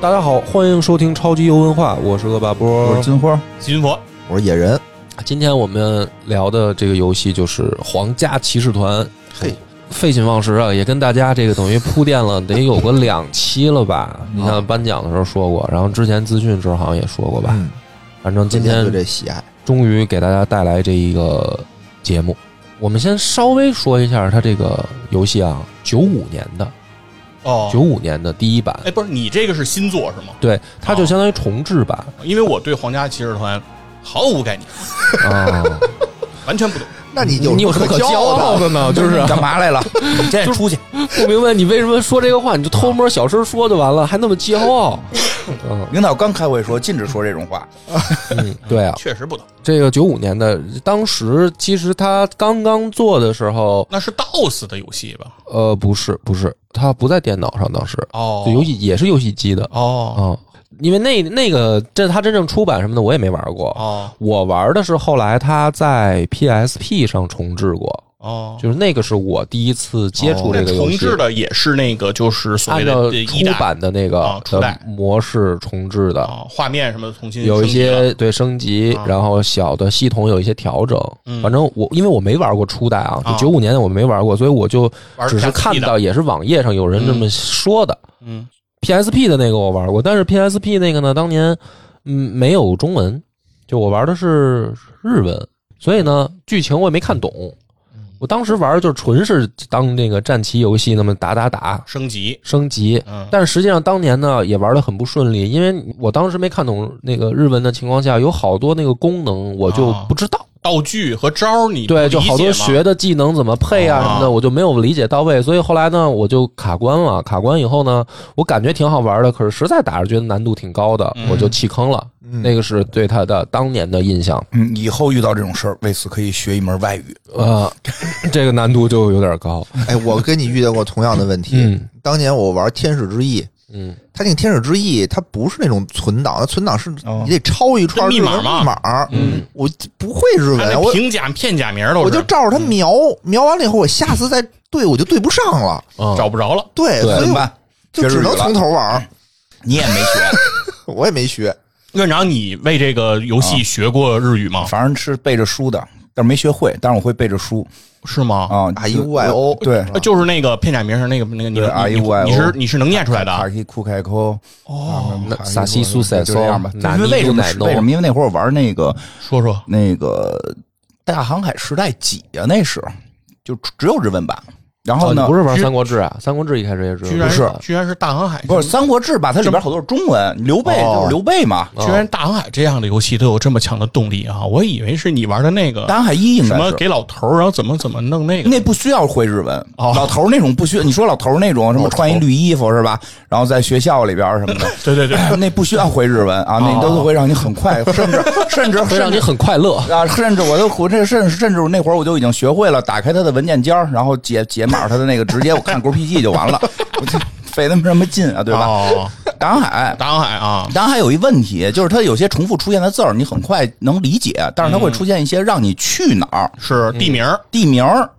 大家好，欢迎收听超级游文化，我是恶霸波我是。金花，金佛我是野人，今天我们聊的这个游戏就是《皇家骑士团》。嘿，废寝忘食啊，也跟大家这个等于铺垫了得有个两期了吧？你看颁奖的时候说过，然后之前资讯的时候好像也说过吧。嗯反正今天天对这喜爱，终于给大家带来这一个节目。我们先稍微说一下它这个游戏啊，九五年的，哦九五年的第一版，哎，不是你这个是新作是吗？对，它就相当于重置 版因为我对皇家骑士团毫无概念，啊。完全不懂。那你你有什么可骄傲的？的呢？就是干 嘛来了？这出去，不明白你为什么说这个话，你就偷摸小声说就完了，还那么骄傲。嗯领导刚开会说禁止说这种话，嗯，对啊，确实不懂，这个九五年的，当时其实他刚刚做的时候，那是 DOS 的游戏吧？呃，不是不是，他不在电脑上，当时哦就游戏也是游戏机的啊、哦嗯因为那那个这他真正出版什么的我也没玩过，哦我玩的是后来他在 PSP 上重置过，哦，就是那个是我第一次接触这那个游重戏。置的也是那个就是所谓按的照呃一出代版的那啊个初代的模式重置的，啊，画面什么的重新有一升级了些对升级啊，然后小的系统有一些调整。嗯反正我因为我没玩过初代啊，就啊九五年的我没玩过，所以我就玩只是 PSP 看的到也是网页上有人这么说的。嗯 PSP 的那个我玩过，但是 PSP 那个呢，当年嗯没有中文，就我玩的是日文，所以呢嗯剧情我也没看懂。我当时玩的就是纯是当那个战棋游戏那么打打打升级升级，嗯但是实际上当年呢也玩的很不顺利，因为我当时没看懂那个日文的情况下，有好多那个功能我就不知道，道具和招儿啊你对，不就理解好多吗学的技能怎么配啊哦什么的，我就没有理解到位，所以后来呢我就卡关了。卡关以后呢，我感觉挺好玩的，可是实在打着觉得难度挺高的，嗯我就弃坑了。那个是对他的当年的印象，嗯，以后遇到这种事儿，为此可以学一门外语。呃， 这个难度就有点高。 哎，我跟你遇到过同样的问题嗯。当年我玩《天使之翼》，嗯，它那个《天使之翼》，它不是那种存档，那存档是哦你得抄一串密日码文嘛密码。嗯，我不会日他文，那我平假片假名儿都是我就照着它嗯瞄，瞄完了以后，我下次再对我就对不上了。啊，找不着了。对，对所怎以么我办？就只能从头玩，你也没学，我也没学。院长，你为这个游啊戏学过日语吗？反正是背着书的，但是没学会。但是我会背着书是吗？啊啊，U I O，对呃就是那个片假名上那个那个你对 E 你 RUIO 你是你是能念出来的卡啊基库凯科哦那萨西苏塞就这样吧。松就是为什么南尼是鲁乃诺为什么？因为那会儿玩那个说说那个大航海时代几呀？那是就只有日文版。然后哦，你呢？不是玩《居三国志》啊，《三国志》一开始也居是然不是居然是大航海，呃不是《三国志》吧？它里边好多是中文，刘备哦就是刘备嘛。居然大航海这样的游戏都有这么强的动力啊！我以为是你玩的那个大航海一应什该么是给老头儿，然后怎么怎么弄那个那不需要会日文，哦老头儿那种不需。你说老头儿那种什么穿一绿衣服是吧？然后在学校里边儿什么的， 对对对， 哦那不需要会日文啊，那都会让你很快，甚 至甚至会让甚你至。很快乐。啊，甚至我都我这甚甚至那会儿我就已经学会了，打开它的文件夹儿，然后解解码它的那个，直接我看 GPG 就完了，我就费那么什么劲啊，对吧？哦，大航海大航海啊，当然还有一问题，就是它有些重复出现的字儿，你很快能理解，但是它会出现一些让你去哪儿、是地名儿地名儿，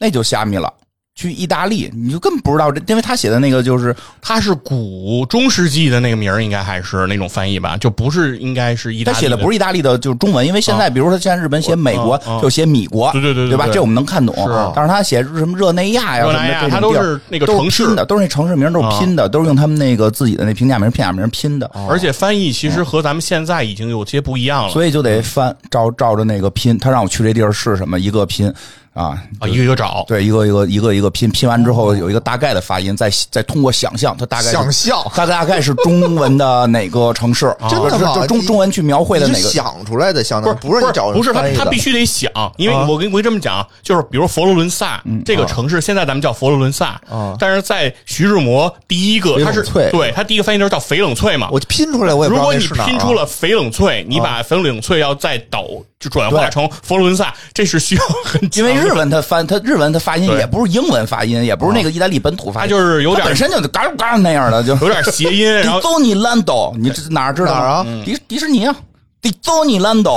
那就虾米了。去意大利，你就根本不知道这，因为他写的那个就是它是古中世纪的那个名儿，应该还是那种翻译吧，就不是应该是意大他利写的不是是意大利的，就是中文，因为现在比如说现在日本写美国嗯嗯就写米国，对对对对对吧？对这我们能看懂是。但是他写什么热内亚呀什热那么亚，的，它这都种地儿是那个都城是市拼的，都是那城市名都是拼的，都是用他们那个自己的那平假名、片假名拼的，而且翻译其实和咱们现在已经有些不一样了，哦所以就得翻照照着那个拼。他让我去这地儿是什么，一个拼啊，啊，一个一个找，对，一个一个一个一个拼拼完之后，有一个大概的发音，再再通过想象，它大概是想象它大概是中文的哪个城市，啊真的就吗就中你中文去描绘的你哪是个。想出来的，相当于不是你找人不是他翻译他的啊必须得想，因为我跟我跟你这么讲，啊就是比如佛罗伦萨嗯这个城市，现在咱们叫佛罗伦萨，但是在徐志摩第一个翡他是啊冷翠对他第一个翻译就是叫翡冷翠嘛。我拼出来我也如不知道果那你是哪儿啊。啊拼出了翡冷翠，你把翡冷翠要再倒就转化成佛罗伦萨，这是需要 很因为强日的文它翻它日文它发音对啊也不是英文发音，也不是那个意大利本土发它音，就是有它点本身就嘎嘎那样的，就有点谐音，然后迪 n 尼兰 d 你这哪儿知道哪儿啊嗯迪迪士尼啊， d i z o n y l a n d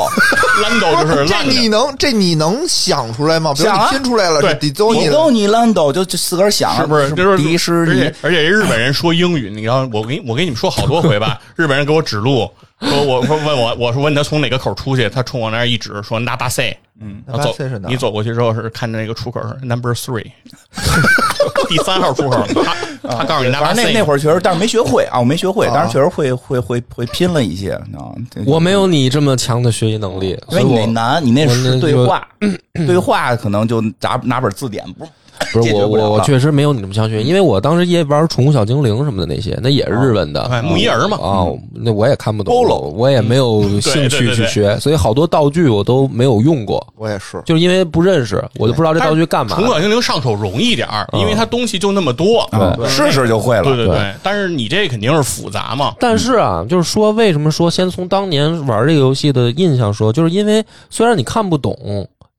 烂豆就是这烂啊你的，能这你能想出来吗？比如想你啊拼出来了，对这 d i Dizoni z o n y l a n d 就就自个儿想啊是不是？就是迪士而尼且而且日本人说英语，你知道我给我给你们说好多回吧， 日本人给我指路，说我说问我我说问他从哪个口出去，他冲我那儿一指说 n a b a s e 嗯，然后走 Nabase 是哪儿你走过去之后是看着那个出口是 number three，第三号出口，他他告诉你 n a b 啊反 a 正 s 那那 e 会儿确实，但是没学会啊，我没学会，啊当时确实会会会会拼了一些啊。对我没有你这么强的学习能力，哦因所为以你那我难，你那我是那对就话， 对话可能就拿拿本字典，不是不解是决我不了我我了确实没有你这么强学，因为我当时也玩宠物小精灵什么的那些，那也是日本的哎木伊儿嘛啊，嗯那我也看不懂 Polo，我也没有兴对对趣对去对学，所以好多道具我都没有用过，我也是，就是因为不认识，我就不知道这道具干嘛哎宠物。小精灵上手容易点儿，因嗯为它东西就那么多，对试试就会对对了。对，但是你这肯定是复杂嘛，但是啊，就是说，为什么说先从当年玩这个游戏的印象说，就是因为虽然你看不懂，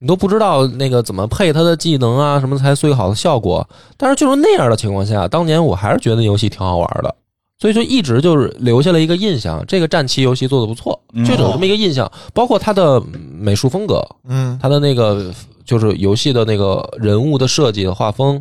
你都不知道那个怎么配它的技能啊，什么才最好的效果，但是就是那样的情况下，当年我还是觉得游戏挺好玩的，所以就一直就是留下了一个印象，这个战棋游戏做的不错，就有这么一个印象，包括它的美术风格，嗯，它的那个就是游戏的那个人物的设计的画风。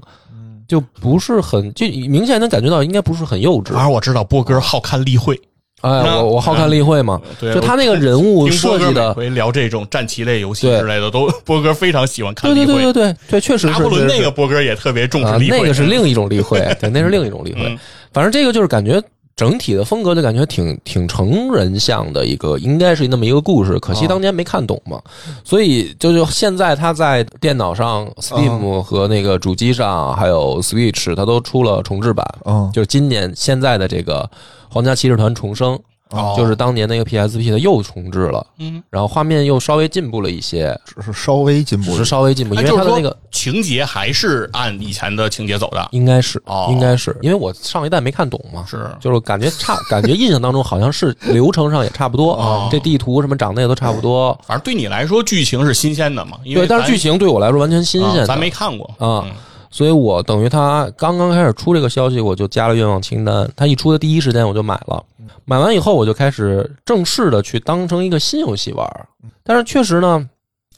就不是很，就明显能感觉到，应该不是很幼稚。反啊正我知道波哥好看例会，哎，那哎我我好看例会嘛，对就他那个人物听波设哥计每的，回聊这种战棋类游戏对之类的，都波哥非常喜欢对看例对对会对。对对，确实拿是破仑确实那是个波哥也特别重视嗯啊，例会，那个是另一种例 会，对，那是另一种例会嗯。反正这个就是感觉整体的风格就感觉挺挺成人向的一个，应该是那么一个故事，可惜哦当年没看懂嘛。所以就就现在它在电脑哦上、Steam 和那个主机上，还有 Switch，它都出了重制版。哦嗯就是今年现在的这个《皇家骑士团重生》哦就是当年那个 PSP 的又重置了，嗯，然后画面又稍微进步了一些，只是稍微进只步了是稍微进步，因哎为就它是的那个说情节还是按以前的情节走的，应该是哦，应该是，因为我上一代没看懂嘛，是就是感觉差， 感觉印象当中好像是流程上也差不哦多，啊这地图什么长得也都差不多，反正对你来说剧情是新鲜的嘛，因为对，但是咱剧情对我来说完全新鲜啊的，咱没看过，啊，所以我等于他刚刚开始出这个消息，我就加了愿望清单。他一出的第一时间我就买了，买完以后我就开始正式的去当成一个新游戏玩儿。但是确实呢，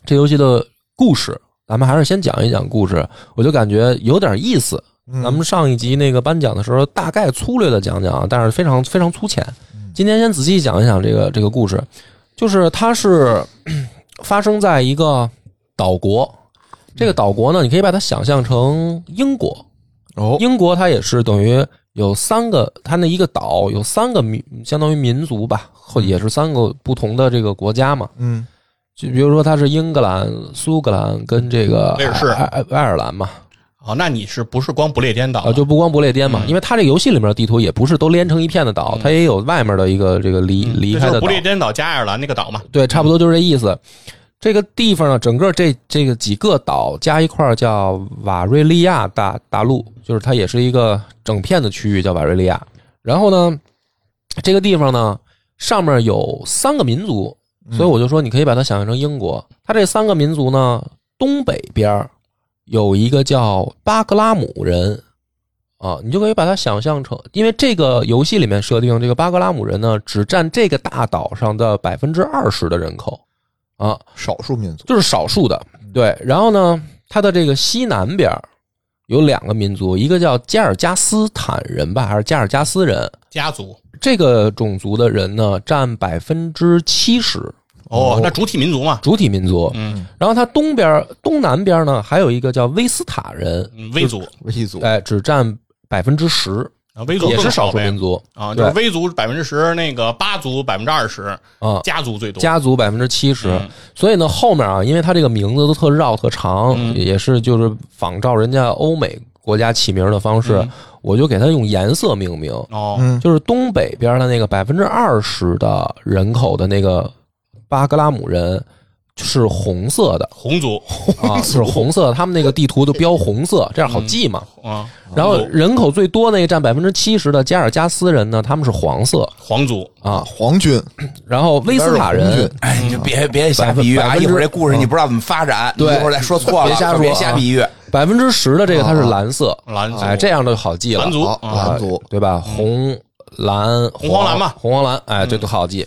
这游戏的故事，咱们还是先讲一讲故事，我就感觉有点意思。嗯咱们上一集那个颁奖的时候，大概粗略的讲讲啊，但是非常非常粗浅。今天先仔细讲一讲这个这个故事，就是它是 发生在一个岛国，这个岛国呢，你可以把它想象成英国。哦英国它也是等于有三个，它那一个岛有三个民，相当于民族吧，或也是三个不同的这个国家嘛。嗯就比如说它是英格兰、苏格兰跟这个威尔士爱爱爱尔兰嘛，啊，那你是不是光不列颠岛啊，就不光不列颠嘛，因为它这个游戏里面的地图也不是都连成一片的岛，它也有外面的一个这个离离这开嗯就的是不岛。列颠岛加爱尔兰那个岛嘛？对，差不多就是这意思。这个地方呢，整个这这个几个岛加一块儿叫瓦瑞利亚大大陆，就是它也是一个整片的区域叫瓦瑞利亚。然后呢，这个地方呢，上面有三个民族，所以我就说你可以把它想象成英国。它这三个民族呢，东北边儿有一个叫巴格拉姆人。啊，你就可以把它想象成，因为这个游戏里面设定，这个巴格拉姆人呢，只占这个大岛上的百分之二十的人口，啊，少数民族，就是少数的。嗯对，然后呢，它的这个西南边儿有两个民族，一个叫加尔加斯坦人吧，还是加尔加斯人，家族这个种族的人呢，占百分之七十，哦，那主体民族嘛，主体民族。嗯，然后它东边儿东南边儿呢，还有一个叫威斯塔人，嗯威族维族哎，只占百分之十，啊，威族也更是好少数呗民族啊，就对是威族百分之十，那个巴族百分之二十，啊。家族最多，家族百分之七十嗯，所以呢，后面啊，因为它这个名字都特绕特长，也是就是仿照人家欧美国家起名的方式，我就给它用颜色命名，哦，嗯就是东北边的那个百分之二十的人口的那个巴格拉姆人是红色的红族啊， 是红色的，他们那个地图就标红色，这样好记嘛。啊，然后红族人口最多那个占百分之七十的加尔加斯人呢，他们是黄色皇族啊，皇军然后威斯塔红人军啊哎，你就别别瞎比喻百啊！分一之嗯会儿这故事你不知道怎么发展，对你一会儿再说错了，别瞎说啊别瞎比喻。百分之十的这个它是蓝色，哦蓝族哎，这样就好记了，蓝族好哦啊蓝族对吧？红蓝红黄蓝嘛嗯红黄蓝，哎，这都好记。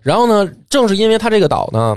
然后呢，正是因为它这个岛呢，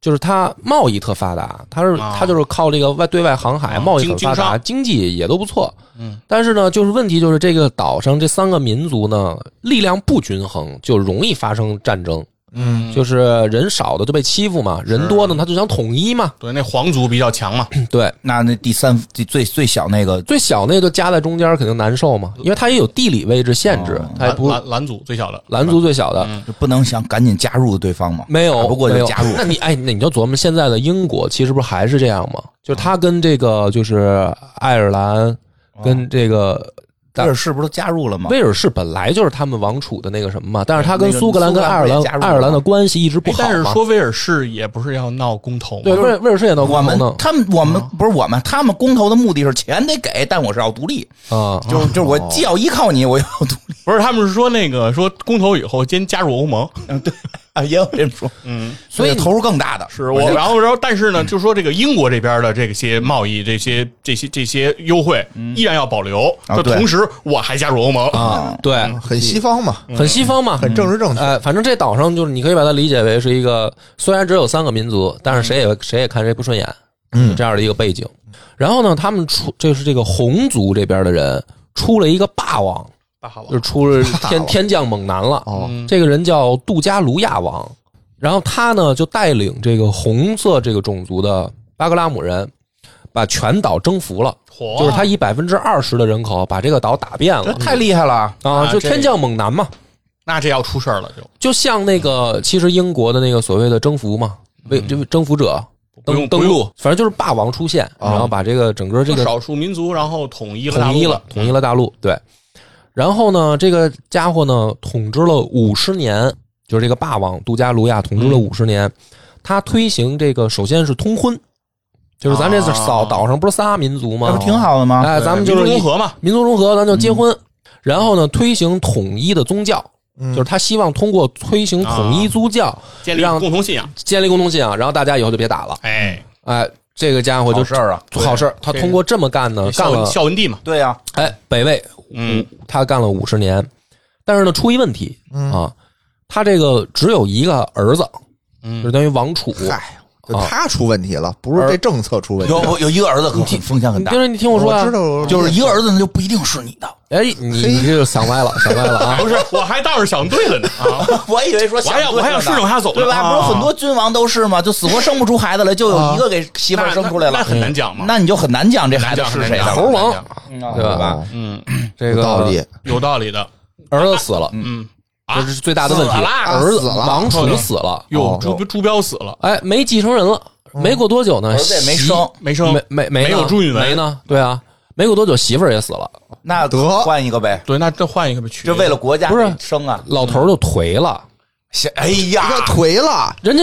就是它贸易特发达，它是、啊它就是靠这个外对外航海、啊贸易很经发达，经经商济也都不错。嗯，但是呢，就是问题就是这个岛上这三个民族呢，力量不均衡，就容易发生战争。嗯，就是人少的就被欺负嘛，人多的他就想统一嘛。对，那皇族比较强嘛，对，那那第三最最最小那个，最小那就夹在中间，肯定难受嘛，因为他也有地理位置限制哦，他也蓝哎不蓝蓝族最小的，蓝族最小的。嗯就不能想赶紧加入对方吗？没有，打不过没就有 加入那你哎，那你就琢磨现在的英国其实不是还是这样吗？就是他跟这个就是爱尔兰跟这个威尔士不都加入了吗？威尔士本来就是他们王储的那个什么嘛，但是他跟那个苏格兰跟爱尔兰苏格兰不也加入了吗爱尔兰的关系一直不哎好但是嘛。说威尔士也不是要闹公投对嘛，威尔威尔士也闹我公们投呢他们我们嗯不是我们，他们公投的目的是钱得给，但我是要独立，啊，就就是我既要依靠你，我要独立不是他们是说那个说公投以后先加入欧盟，啊， 也有这么说，嗯，所以投入更大的是我，然后然后但是呢，就说这个英国这边的这些贸易这些这些这些优惠依然要保留，啊就对同时我还加入欧盟，嗯嗯啊，对，很西方嘛，很西方嘛，嗯很政治正确。哎，反正这岛上就是你可以把它理解为是一个虽然只有三个民族，但是谁也谁也看谁不顺眼，嗯有这样的一个背景。然后呢，他们出就是这个红族这边的人出了一个霸王，大好吧就出了霸天王天降猛男了。哦，嗯这个人叫杜加卢亚王，然后他呢就带领这个红色这个种族的巴格拉姆人，把全岛征服了，火啊就是他以百分之二十的人口把这个岛打遍了太厉害了，啊，啊就这天降猛男嘛。那这要出事儿了，就就像那个，其实英国的那个所谓的征服嘛，为这征服者嗯不登用登，不陆用，啊反正就是霸王出现，然后把这个整个这就个少数民族然后统一了大嗯统陆，一了，统一了大陆。对，然后呢，这个家伙呢统治了五十年，就是这个霸王杜加卢亚统嗯治了五十年，他推行这个首先是通婚，就是咱这啊扫岛上不是仨民族那吗？不挺好的吗？哎，对咱们就是民一族融合嘛，嗯民族融合，咱就结婚。然后呢，推行统一的宗教，嗯就是他希望通过推行统啊一宗教。建立让共同信仰，建立共同信仰，然后大家以后就别打了。哎，哎，这个家伙就好事儿啊，好事儿，他通过这么干呢，干孝文了孝文帝嘛，对呀，哎，北魏，嗯，他干了五十年，但是呢，出一问题啊，他这个只有一个儿子，嗯就等于王储。嗨，就他出问题了，不是这政策出问题。有有一个儿子可风险很你大听，着，你听我说我啊知，道，就是一个儿子那就不一定是你的，哎，你你这就想歪了，想歪了啊！不是， 我还倒是想对了呢 啊， 我以为说我还想要多我还了要呢顺着往下走呢对吧？啊不是很多君王都是吗？就死活生不出孩子来，就有一个给媳妇儿那生出来那那了，嗯很难讲嘛，那你就很难讲这孩子讲是谁的难讲了，猴王难讲嗯啊对吧对吧？哦嗯，这有个道理，有道理的，儿子死了，嗯，这是最大的死问题。了，儿子死了王储死了，哟，哦朱朱标死了，哎，没继承人了。没过多久呢，儿子也没媳生，没生，没没没没有呢朱允炆没呢，对啊，没过多久媳妇儿也死了，那得换一个呗，对，那这换一个吧，去，这为了国家不是生啊？老头儿就颓了，行哎呀这颓了，人家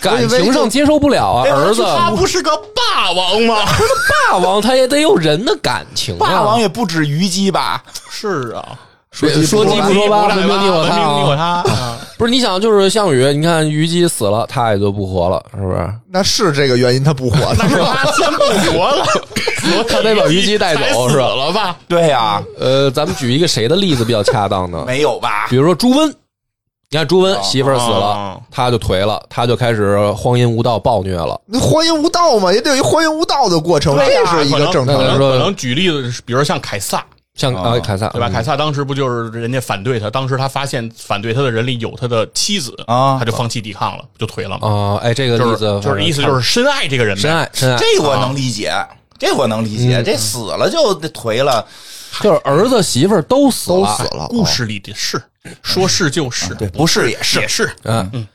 感情上接受不了啊，哎儿子他不是个霸王吗？ 霸王他也得有人的感情啊。霸王也不止虞姬吧？是啊，说鸡不说鸡说不说吧，文明你你我他你我啊。他啊，不是你想，就是项羽，你看虞姬死了，他也就不活了，是不是？那是这个原因他不火了。啊那是他先不活了，所以他得把虞姬 带走才死是吧了吧？对呀，呃，咱们举一个谁的例子比较恰当 呢？没有吧比？如说朱温，你看朱哦温媳妇儿死了啊，他就颓了，他就开始荒淫无道、暴虐了。那荒淫无道嘛，也得有一荒淫无道的过程，啊这是一个正常对可啊的。能说可能举例子是，比如像凯撒，像啊，凯撒哦对吧？嗯凯撒当时不就是人家反对他，当时他发现反对他的人里有他的妻子啊他就放弃抵抗了，就颓了嘛。啊，哎，这个就例是子就是意思就是深爱这个人呗，深爱深爱，这我能理解，这我能理解，这死了就颓了，就是儿子媳妇儿都死都了死，了，故事里的事，说是就是，嗯对，不是也是也是嗯，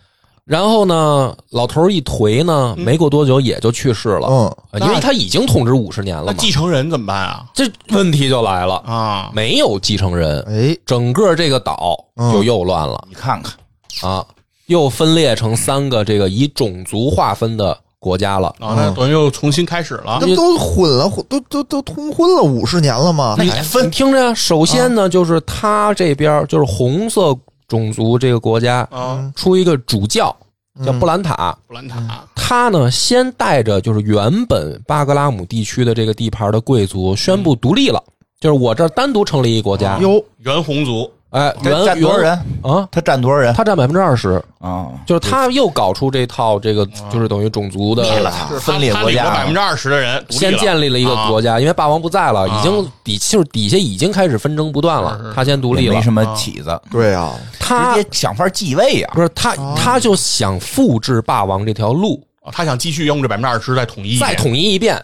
然后呢，老头儿一颓呢，没过多久也就去世了，嗯啊因为他已经统治五十年了那嘛，继承人怎么办啊？这问题就来了，啊，没有继承人，哎，整个这个岛嗯就又乱了你看看，啊，又分裂成三个这个以种族划分的国家了。嗯啊，那等于又重新开始了。那都混了，混都都都通婚了五十年了嘛？那也你分听着呀，啊首先呢，就是他这边儿就是红色种族这个国家啊，出一个主教叫布兰塔，布兰塔，他呢，先带着就是原本巴格拉姆地区的这嗯个地盘的贵族宣布独立了，就是我这儿单独成立一国家。哟，原红族哎，这原占哦多少人？啊？他占多少人他占百分之二十，啊？就是他又搞出这套这个，就是等于种族的灭了他就是嗯分裂他国家他领了百分之二十的人独立先建立了一个国家，因为霸王不在了，啊已经底就是底下已经开始纷争不断是了是，他先独立也了没。什么起子，对啊，他直接想法继位呀。不是他，哦他就想复制霸王这条路，啊他想继续用这百分之二十再统一一遍，再统一一遍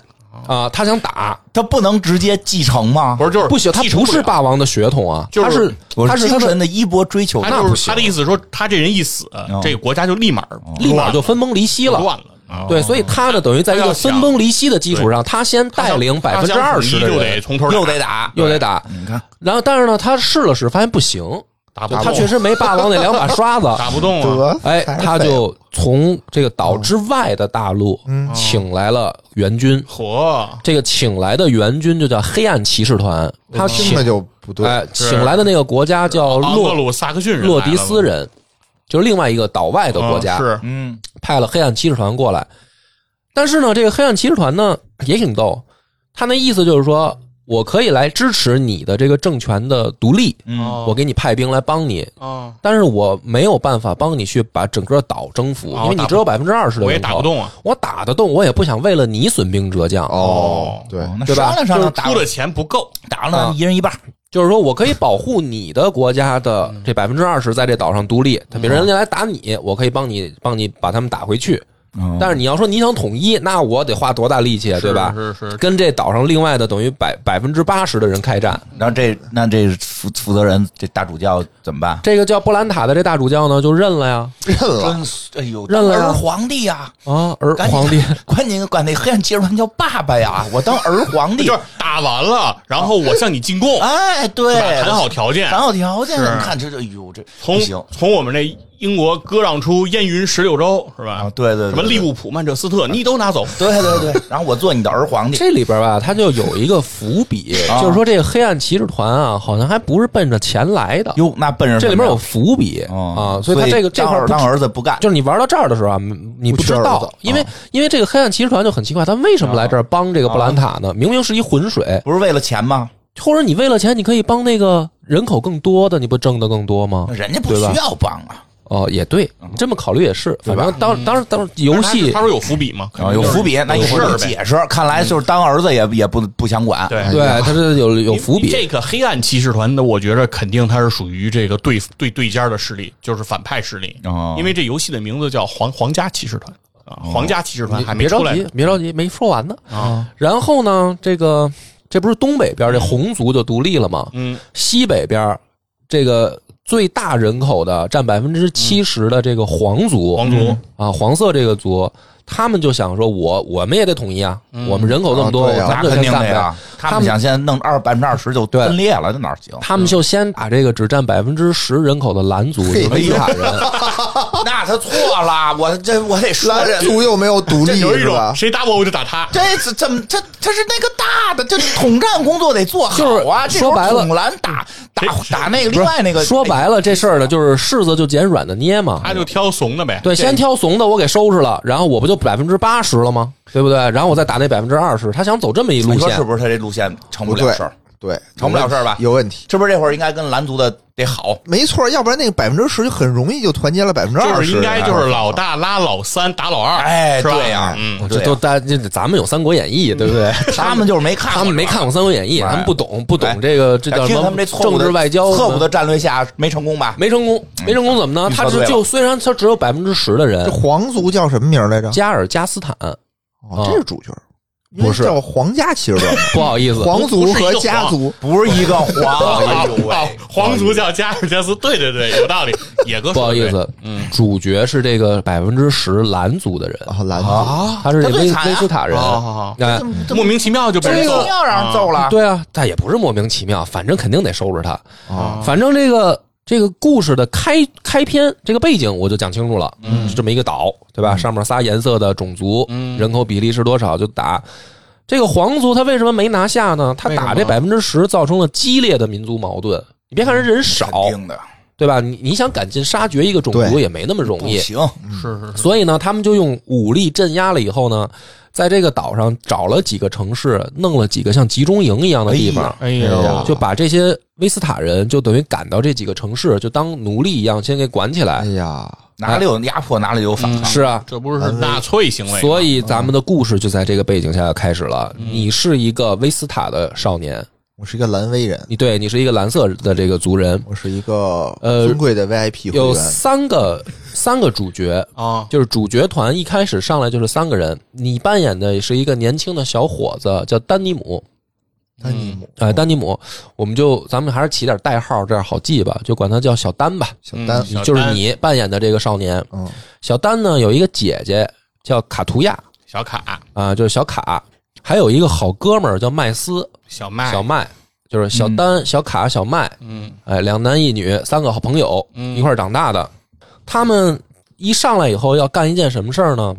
啊、他想打，他不能直接继承吗不？是就是不行，他继承不是了霸王的血统啊，就是他是我他是他精的神的衣钵追求他那不就是行他的意思是说，他这人一死，哦这个国家就立马立马就分崩离析乱了。了啊。对，所以他呢，等于在一他个要想分崩离析的基础上，他先带领百分之二十的就得人从头又得打，又得打，嗯你看然后但是呢，他试了试，发现不行，打不就动，他确实没霸王那两把刷 子，打不动啊。得，哎，还是他废了就从这个岛之外的大陆嗯请来了援军。嚯，这个请来的援军就叫黑暗骑士团，他听请着就不对，哎是请来的那个国家叫昂格洛鲁萨克逊人来了洛迪斯人，就是另外一个岛外的国家，嗯是嗯，派了黑暗骑士团过来。但是呢，这个黑暗骑士团呢也挺逗，他那意思就是说我可以来支持你的这个政权的独立，哦我给你派兵来帮你，啊，但是我没有办法帮你去把整个岛征服，哦因为你只有百分之二十的我也人打不口。动啊。我打得动，我也不想为了你损兵折将。哦，对，哦那对吧商量商量，打出的钱不够，打了啊一人一半，就是说我可以保护你的国家的这百分之二十在这岛上独立，他别人家来打你，我可以帮你帮你把他们打回去。嗯但是你要说你想统一，那我得花多大力气，啊是对吧？是是，跟这岛上另外的等于百百分之八十的人开战，然后这那这负负责人这大主教怎么办？这个叫波兰塔的这大主教呢就认了呀，认了，真是哎呦，认了呀儿皇帝呀、啊，而 赶紧皇帝管你管那黑暗骑士团叫爸爸呀，我当儿皇帝就。是打完了，然后我向你进 贡，哎，对对，吧？谈好条件谈，好条件，是你看这这，哎呦，这从不行从我们这英国割让出燕云十六州是吧啊！？对对对，什么利物浦、曼彻斯特，你都拿走。对？对对对， 然后我做你的儿皇帝，这里边吧，他就有一个伏 笔，啊就是说这个黑暗骑士团啊，好像还不是奔着钱来的，哟，那笨人这里面有笨伏笔人啊，所所以他这个这当块儿儿不当儿子不干，就是你玩到这儿的时候啊，你不知不知道道，因为因为这个黑暗骑士团就很奇怪，他为什么来这儿帮这个布兰塔呢？明明是一浑水，不是为了钱吗？或者你为了钱，你可以帮那个人口更多的，你不挣得更多吗？人家不需要帮啊，哦，也对，这么考虑也是，反正当当然当然游但是戏他他说有伏笔吗？然后有伏笔，那一啊有会事儿儿有呗。解释。看来就是当儿子也也不不想管，对对，他是哎有有伏因为笔，这个黑暗骑士团的，我觉得肯定它是属于这个对对对尖儿的势力，就是反派势力。哦因为这游戏的名字叫皇皇家骑士团啊，皇家骑士团你还没别出着来呢急，别着急，没说完呢。啊。然后呢，这个这不是东北边这红族就独立了吗？嗯，西北边这个最大人口的占百分之七十的这个皇族，皇族啊，黄色这个族，他们就想说我，我们也得统一啊，我们人口这么多，啊对啊咱们那就肯定先干的呗。呀。他们想先弄二百分之二十就对分裂了，那哪行？他们就先把这个只占百分之十人口的蓝族，嘿哎就是维吾尔人，那他错了，我这我得说 蓝这族又没有独这立有一是吧种？谁打我我就打他。这是怎么？这这是那个大的，这统战工作得做好啊！就是说白了这时候统蓝打打打那个另外那个，说白了这事儿呢，就是柿子就捡软的捏嘛。他就挑怂的呗，对，先挑怂的，我给收拾了，然后我不就百分之八十了吗？对不对？然后我再打那百分之二十，他想走这么一哎你路说线是，不是？他这路线成不不了对事儿，，对，成不了事儿吧有问题。是不是？这会儿应该跟蓝族的得好，没错，要不然那个百分之十就很容易就团结了百分之就二是十，啊应该就是老大拉老三打老二，哎是吧？对呀嗯，这都大，这咱们有《三国演义》，对不对？他们就是没看， 他们没看过《三国演义》，他们不懂，不嗯 哎懂这个这叫什听他们么这错政误的治外交错误呢的战略下没成功吧？没成功，没成功怎么呢？你他说是对就了虽然他只有百分之十的人这，皇族叫什么名儿来着？加尔加斯坦，哦，这是主角，啊不是因为叫皇家骑士 团，不好意思，皇族和家族不是一 个啊皇，哎呦啊喂，皇族叫加尔加斯，对对对，有道理。野哥不说好的意对，思，主角是这个百分之十蓝族的人，啊，蓝族啊，他是他这最威惨啊威斯塔人好好好，哎嗯莫名其妙就被这人个揍，要让人揍了，对啊，但也不是莫名其妙，反正肯定得收拾他。哦啊反正这个这个故事的开开篇这个背景我就讲清楚了，嗯是这么一个岛，对吧？上面仨颜色的种族，人口比例是多少就打。这个皇族他为什么没拿下呢？他打这百分之十，造成了激烈的民族矛盾。你别看人人少，嗯肯定的，对吧？你你想赶尽杀绝一个种族对也没那么容不易，行，是是是，所以呢，他们就用武力镇压了以后呢，在这个岛上找了几个城市，弄了几个像集中营一样的地方，哎哎呦呀，就把这些威斯塔人就等于赶到这几个城市，就当奴隶一样先给管起哎来。呀，哪里有压迫哪里有反抗，是啊，这不是纳粹行为吗？所以咱们的故事就在这个背景下要开始了。你是一个威斯塔的少年，我是一个蓝威人，你对你是一个蓝色的这个族人，我是一个呃尊贵的 VIP 会有员，三个三个主角，啊，就是主角团一开始上来就是三个人，你扮演的是一个年轻的小伙子，叫丹尼姆。丹尼姆、哎，丹尼姆，我们就咱们还是起点代号，这样好记吧，就管他叫小丹吧。小丹嗯，小丹就是你扮演的这个少年嗯，小丹呢，有一个姐姐叫卡图亚小卡、啊，就是小卡，还有一个好哥们儿叫麦斯，小麦、小麦，就是小丹、小卡、小麦，哎嗯哎，两男一女，三个好朋友嗯一块儿长大的。他们一上来以后要干一件什么事儿呢？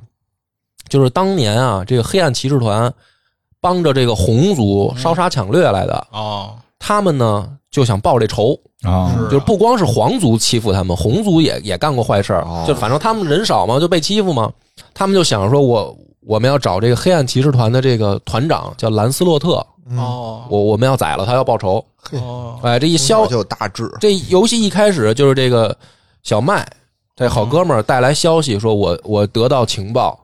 就是当年啊，这个黑暗骑士团帮着这个红族嗯烧杀抢掠来的，哦，他们呢就想报这仇，啊是啊嗯就是不光是皇族欺负他们，红族也也干过坏事儿哦，就反正他们人少嘛，就被欺负嘛。他们就想说我，我们要找这个黑暗骑士团的这个团长叫兰斯洛特，哦我我们要宰了他，要报仇。哦，哎，这一小消，就有大志，这游戏一开始就是这个小麦这嗯好哥们儿带来消息，说我我得到情报，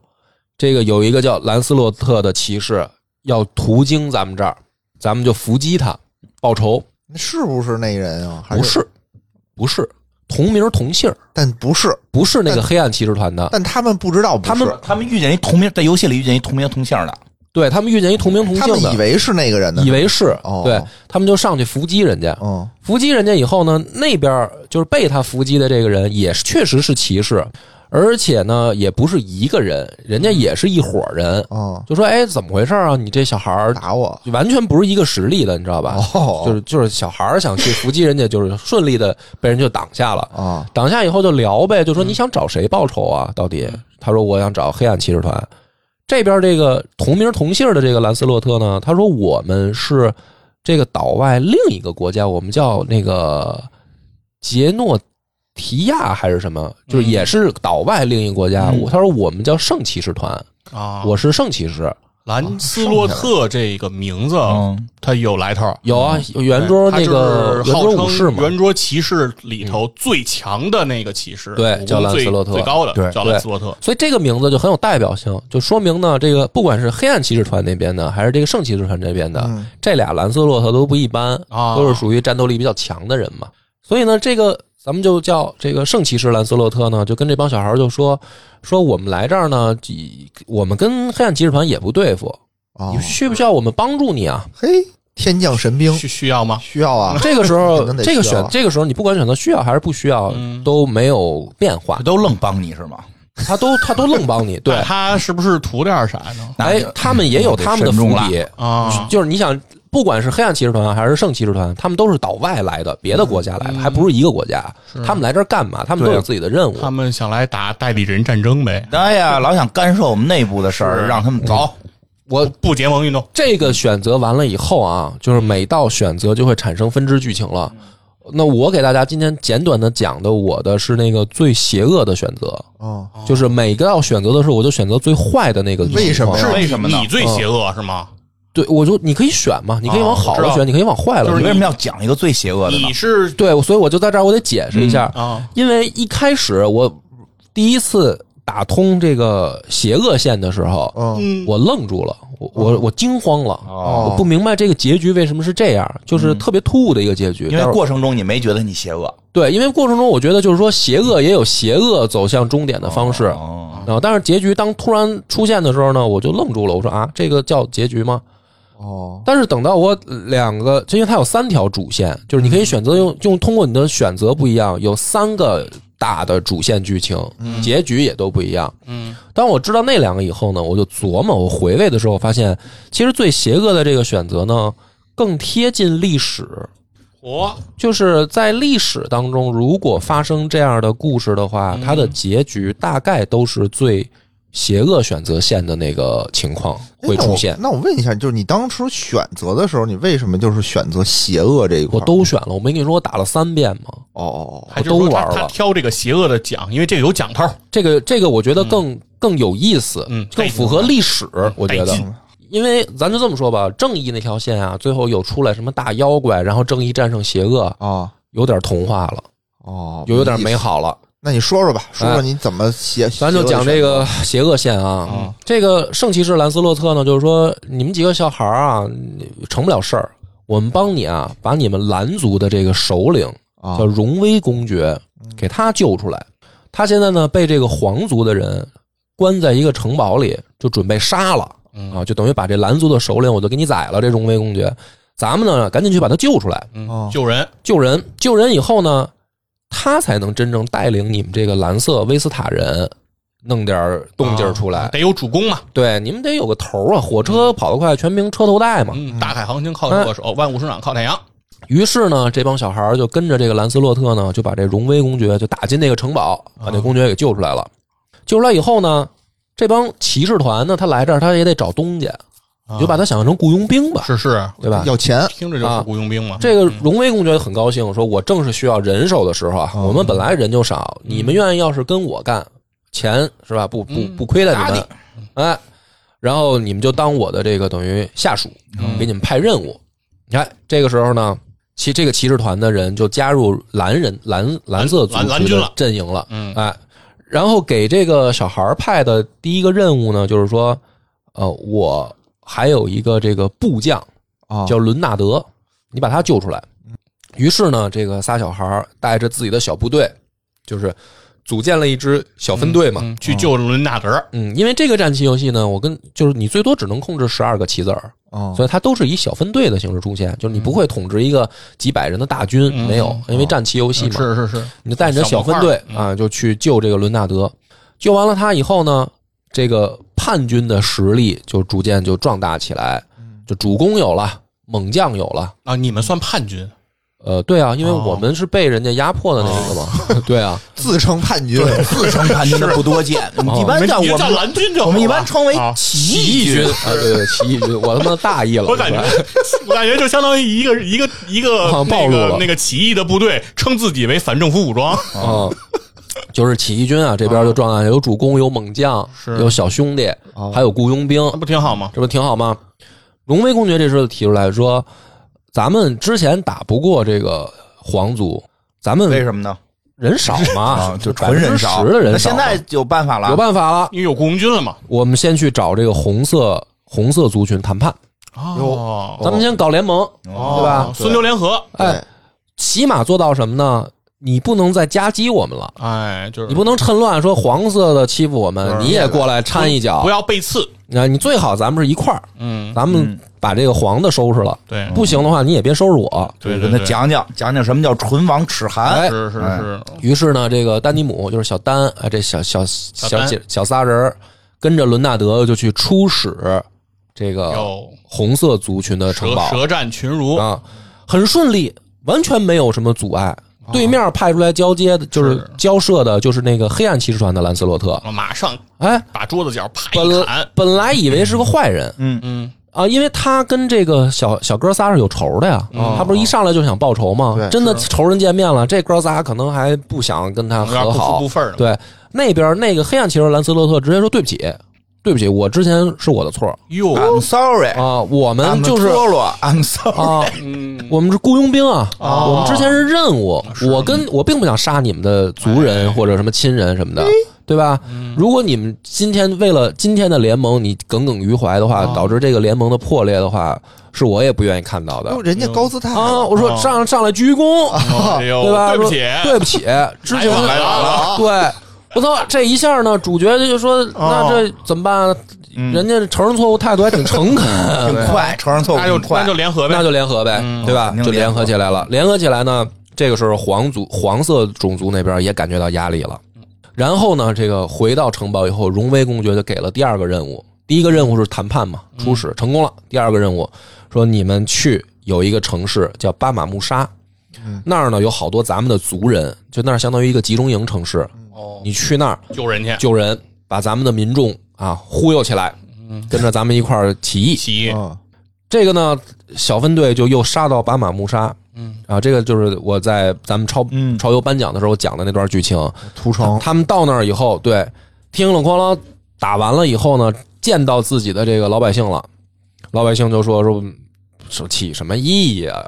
这个有一个叫兰斯洛特的骑士要途经咱们这儿，咱们就伏击他报仇。那是不是那人啊？还不，是，不是同名同姓儿。但不是，不是那个黑暗骑士团的，但他们不知道不是，他们他们遇见一同名，在游戏里遇见一同名同姓的，对他们遇见一同名同他姓们以的，为是那个人呢，以为是哦，对他们就上去伏击人家，嗯，伏击人家以后呢，那边儿就是被他伏击的这个人也是确实是骑士，而且呢也不是一个人，人家也是一伙人，哦，就说哎怎么回事啊？你这小孩儿打我，完全不是一个实力的，你知道吧？哦，就是就是小孩儿想去伏击人家，就是顺利的被人就挡下了。啊，挡下以后就聊呗，嗯就说你想找谁报仇啊？到底？他说我想找黑暗骑士团。这边这个同名同姓的这个兰斯洛特呢，他说我们是这个岛外另一个国家，我们叫那个杰诺提亚还是什么，就是也是岛外另一个国家。我他说我们叫圣骑士团，嗯啊，我是圣骑士。兰斯洛特这个名字，嗯，它有来头。嗯有啊，有圆桌那个他哎就是圆号桌称武士嘛，圆桌骑士里头最强的那个骑士，对武功叫兰斯最洛特最高的，对叫兰斯洛特。所以这个名字就很有代表性，就说明呢，这个不管是黑暗骑士团那边的，还是这个圣骑士团这边的，嗯这俩蓝色洛特都不一般，啊都是属于战斗力比较强的人嘛。所以呢，这个咱们就叫这个圣骑士兰斯洛特呢，就跟这帮小孩就说说我们来这儿呢，几我们跟黑暗骑士团也不对付，哦你，需不需要我们帮助你 啊？嘿，天降神兵需需要吗？需要啊，这个时肯候定，得这个需要选啊这个时候，你不管选择需要还是不需要，都没有变化他，都愣帮你是吗？他都他都愣帮你。对那，哎他是不是图点啥呢？那哎就，他们也有他们的慎伏重了笔，啊，就是你想，不管是黑暗骑士团啊还是圣骑士团，他们都是岛外来的，别的国家来的，还不是一个国家。他们来这儿干嘛？他们都对有自己的任务。他们想来打代理人战争呗，哎呀，老想干涉我们内部的事儿，是让他们走。我不结盟运动。这个选择完了以后啊，就是每道选择就会产生分支剧情了。那我给大家今天简短的讲的，我的是那个最邪恶的选择，哦，就是每个道选择的时候，我就选择最坏的那个情况。为什么呀是为什么呢你最邪恶是吗？对，我就你可以选嘛，你可以往好我了知道选，你可以往坏了你选。为什么要讲一个最邪恶的呢你？是对，所以我就在这儿，我得解释一下。啊，因为一开始我第一次打通这个邪恶线的时候，嗯，嗯，我愣住了，我我我惊慌了，嗯哦，嗯我不明白这个结局为什么是这样，就是特别突兀的一个结局。因为但是过程中你没觉得你邪恶，对，因为过程中我觉得就是说邪恶也有邪恶走向终点的方式。哦，然后，但是结局当突然出现的时候呢，我就愣住了。我说啊，这个叫结局吗？哦，但是等到我两个，因为它有三条主线，就是你可以选择用用通过你的选择不一样，有三个大的主线剧情，结局也都不一样。嗯，当我知道那两个以后呢，我就琢磨，我回味的时候发现，其实最邪恶的这个选择呢，更贴近历史。我就是在历史当中，如果发生这样的故事的话，它的结局大概都是最邪恶选择线的那个情况哎会那出我现。那我问一下，就是你当初选择的时候，你为什么就是选择邪恶这一块我儿？都选了，我没跟你说我打了三遍吗？哦哦哦，还就是说我都玩了他他挑这个邪恶的奖，因为这个有奖头。这个这个，我觉得更更有意思，嗯更符合历史，我觉带嗯得劲。因为咱就这么说吧，正义那条线啊，最后有出来什么大妖怪，然后正义战胜邪恶，哦有点童话了，哦，有有点美意思。好了。那你说说吧，说说哎你怎么写？咱就写讲的这个邪恶线啊，嗯这个圣骑士兰斯洛特呢，就是说你们几个小孩儿啊，你成不了事儿，我们帮你啊，把你们蓝族的这个首领啊叫荣威公爵，嗯给他救出来。他现在呢被这个皇族的人关在一个城堡里，就准备杀了嗯啊，就等于把这蓝族的首领我就给你宰了，这荣威公爵。咱们呢赶紧去把他救出来，嗯，哦救人，救人，救人以后呢，他才能真正带领你们这个蓝色威斯塔人弄点儿动静儿出来。啊得有主攻嘛，对，你们得有个头儿啊，火车跑得快，全凭车头带嘛。嗯，大海航行靠哎舵手，万物生长靠太阳，于是呢，这帮小孩儿就跟着这个兰斯洛特呢，就把这荣威公爵就打进那个城堡，把那公爵给救出来了。救出来以后呢，这帮骑士团呢，他来这儿他也得找东家，你就把他想象成雇佣兵吧，是是，对吧？要钱，听着就是雇佣兵嘛。这个荣威公爵很高兴，说我正是需要人手的时候啊，我们本来人就少，你们愿意要是跟我干，钱是吧？不不嗯不亏待打你们，哎，然后你们就当我的这个等于下属，嗯给你们派任务。哎，这个时候呢，骑这个骑士团的人就加入蓝人蓝蓝色族蓝蓝群军的了阵营了，嗯哎，然后给这个小孩儿派的第一个任务呢，就是说，呃，我还有一个这个部将。啊叫伦纳德，你把他救出来。嗯于是呢，这个仨小孩儿带着自己的小部队，就是组建了一支小分队嘛。嗯嗯嗯，去救伦纳德，因为这个战棋游戏呢，我跟就是你最多只能控制十二个棋子儿，哦啊所以它都是以小分队的形式出现，就是你不会统治一个几百人的大军，嗯没有，因为战棋游戏嘛，是是是，你就带你的小分队小模块嗯啊，就去救这个伦纳德。救完了他以后呢，这个叛军的实力就逐渐就壮大起来，嗯就主攻有了，猛将有了，啊，你们算叛军，呃，对啊，因为哦我们是被人家压迫的那个哦嘛， 对啊，自称叛军，自称叛军的不多见，一般哦你叫们哎我叫们蓝军就好了我们一般称为啊 起义军。啊，对对，起义军，我他妈大意了，我感觉，我感觉就相当于一个一个一个好像啊暴那露了个那个起义的部队，称自己为反政府武装，啊，哦就是起义军啊，这边就壮大，有主公，有猛将，是有小兄弟，哦还有雇佣兵，那不挺好吗？这不挺好吗？龙威公爵这时候提出来说，咱们之前打不过这个皇族，咱为们什么呢？啊人少嘛，就纯人少， 10%的人那少现嘛，在有办法了，有办法了，因为有雇佣军了嘛。我们先去找这个红色红色族群谈判，哦，咱们先搞联盟，哦对吧？孙刘联合，哎，起码做到什么呢？你不能再夹击我们了，哎，就是你不能趁乱说黄色的欺负我们，你也过来掺一脚嗯不。要背刺，啊，你最好咱们是一块儿，嗯，咱们把这个黄的收拾了。对，不行的话，你也别收拾我。对跟对他对，讲讲讲讲什么叫唇亡齿寒。哎，是是是，于是呢，这个丹尼姆就是小丹啊，这小小小丹姐小仨人儿跟着伦纳德就去出使这个有红色族群的呃城舌堡舌战群儒，啊，很顺利，完全没有什么阻碍。对面派出来交接的，就是是交涉的，就是那个黑暗骑士团的兰斯洛特。马上哎，把桌子角啪本一砍，本来以为是个坏人嗯，啊，因为他跟这个小小哥仨是有仇的呀。他不是一上来就想报仇吗对？真的仇人见面了，这哥仨可能还不想跟他有点和不好服，不忿儿了，对，那边那个黑暗骑士兰斯洛特直接说：“对不起，对不起，我之前是我的错哟， I'm sorry，啊，我们 I'm 就是 Tolo, I'm sorry。啊，嗯，我们是雇佣兵啊，哦我们之前是任务，是哎我跟我并不想杀你们的族人或者什么亲人什么的，对吧？嗯如果你们今天为了今天的联盟你耿耿于怀的话，哦导致这个联盟的破裂的话，是我也不愿意看到的哟人家高姿态啊！我说哦上上来鞠躬，哎呦啊对吧？对不说起，哎对不起，之前来晚了啊对，我操，这一下呢，主角就说，那哦这怎么办啊？嗯人家承认错误态度还挺诚恳，挺快，承认错误那就挺快那就。联合呗，那就联合呗，对吧嗯肯？定就联联合合起来了。联合起来呢，这个时候黄族、黄色种族那边也感觉到压力了。然后呢，这个回到城堡以后，荣威公爵就给了第二个任务。第一个任务是谈判嘛，出嗯使成功了。第二个任务说你们去有一个城市叫巴马穆沙，嗯那儿呢有好多咱们的族人，就那儿相当于一个集中营城市。嗯哦，你去那儿救人去，救人，把咱们的民众啊忽悠起来，嗯跟着咱们一块儿起义。起义，嗯这个呢，小分队就又杀到巴马穆沙。嗯，啊，这个就是我在咱们超、嗯超游颁奖的时候讲的那段剧情。屠城他们到那儿以后，对，听了哐啷打完了以后呢，见到自己的这个老百姓了，老百姓就说说嗯说起什么意义啊？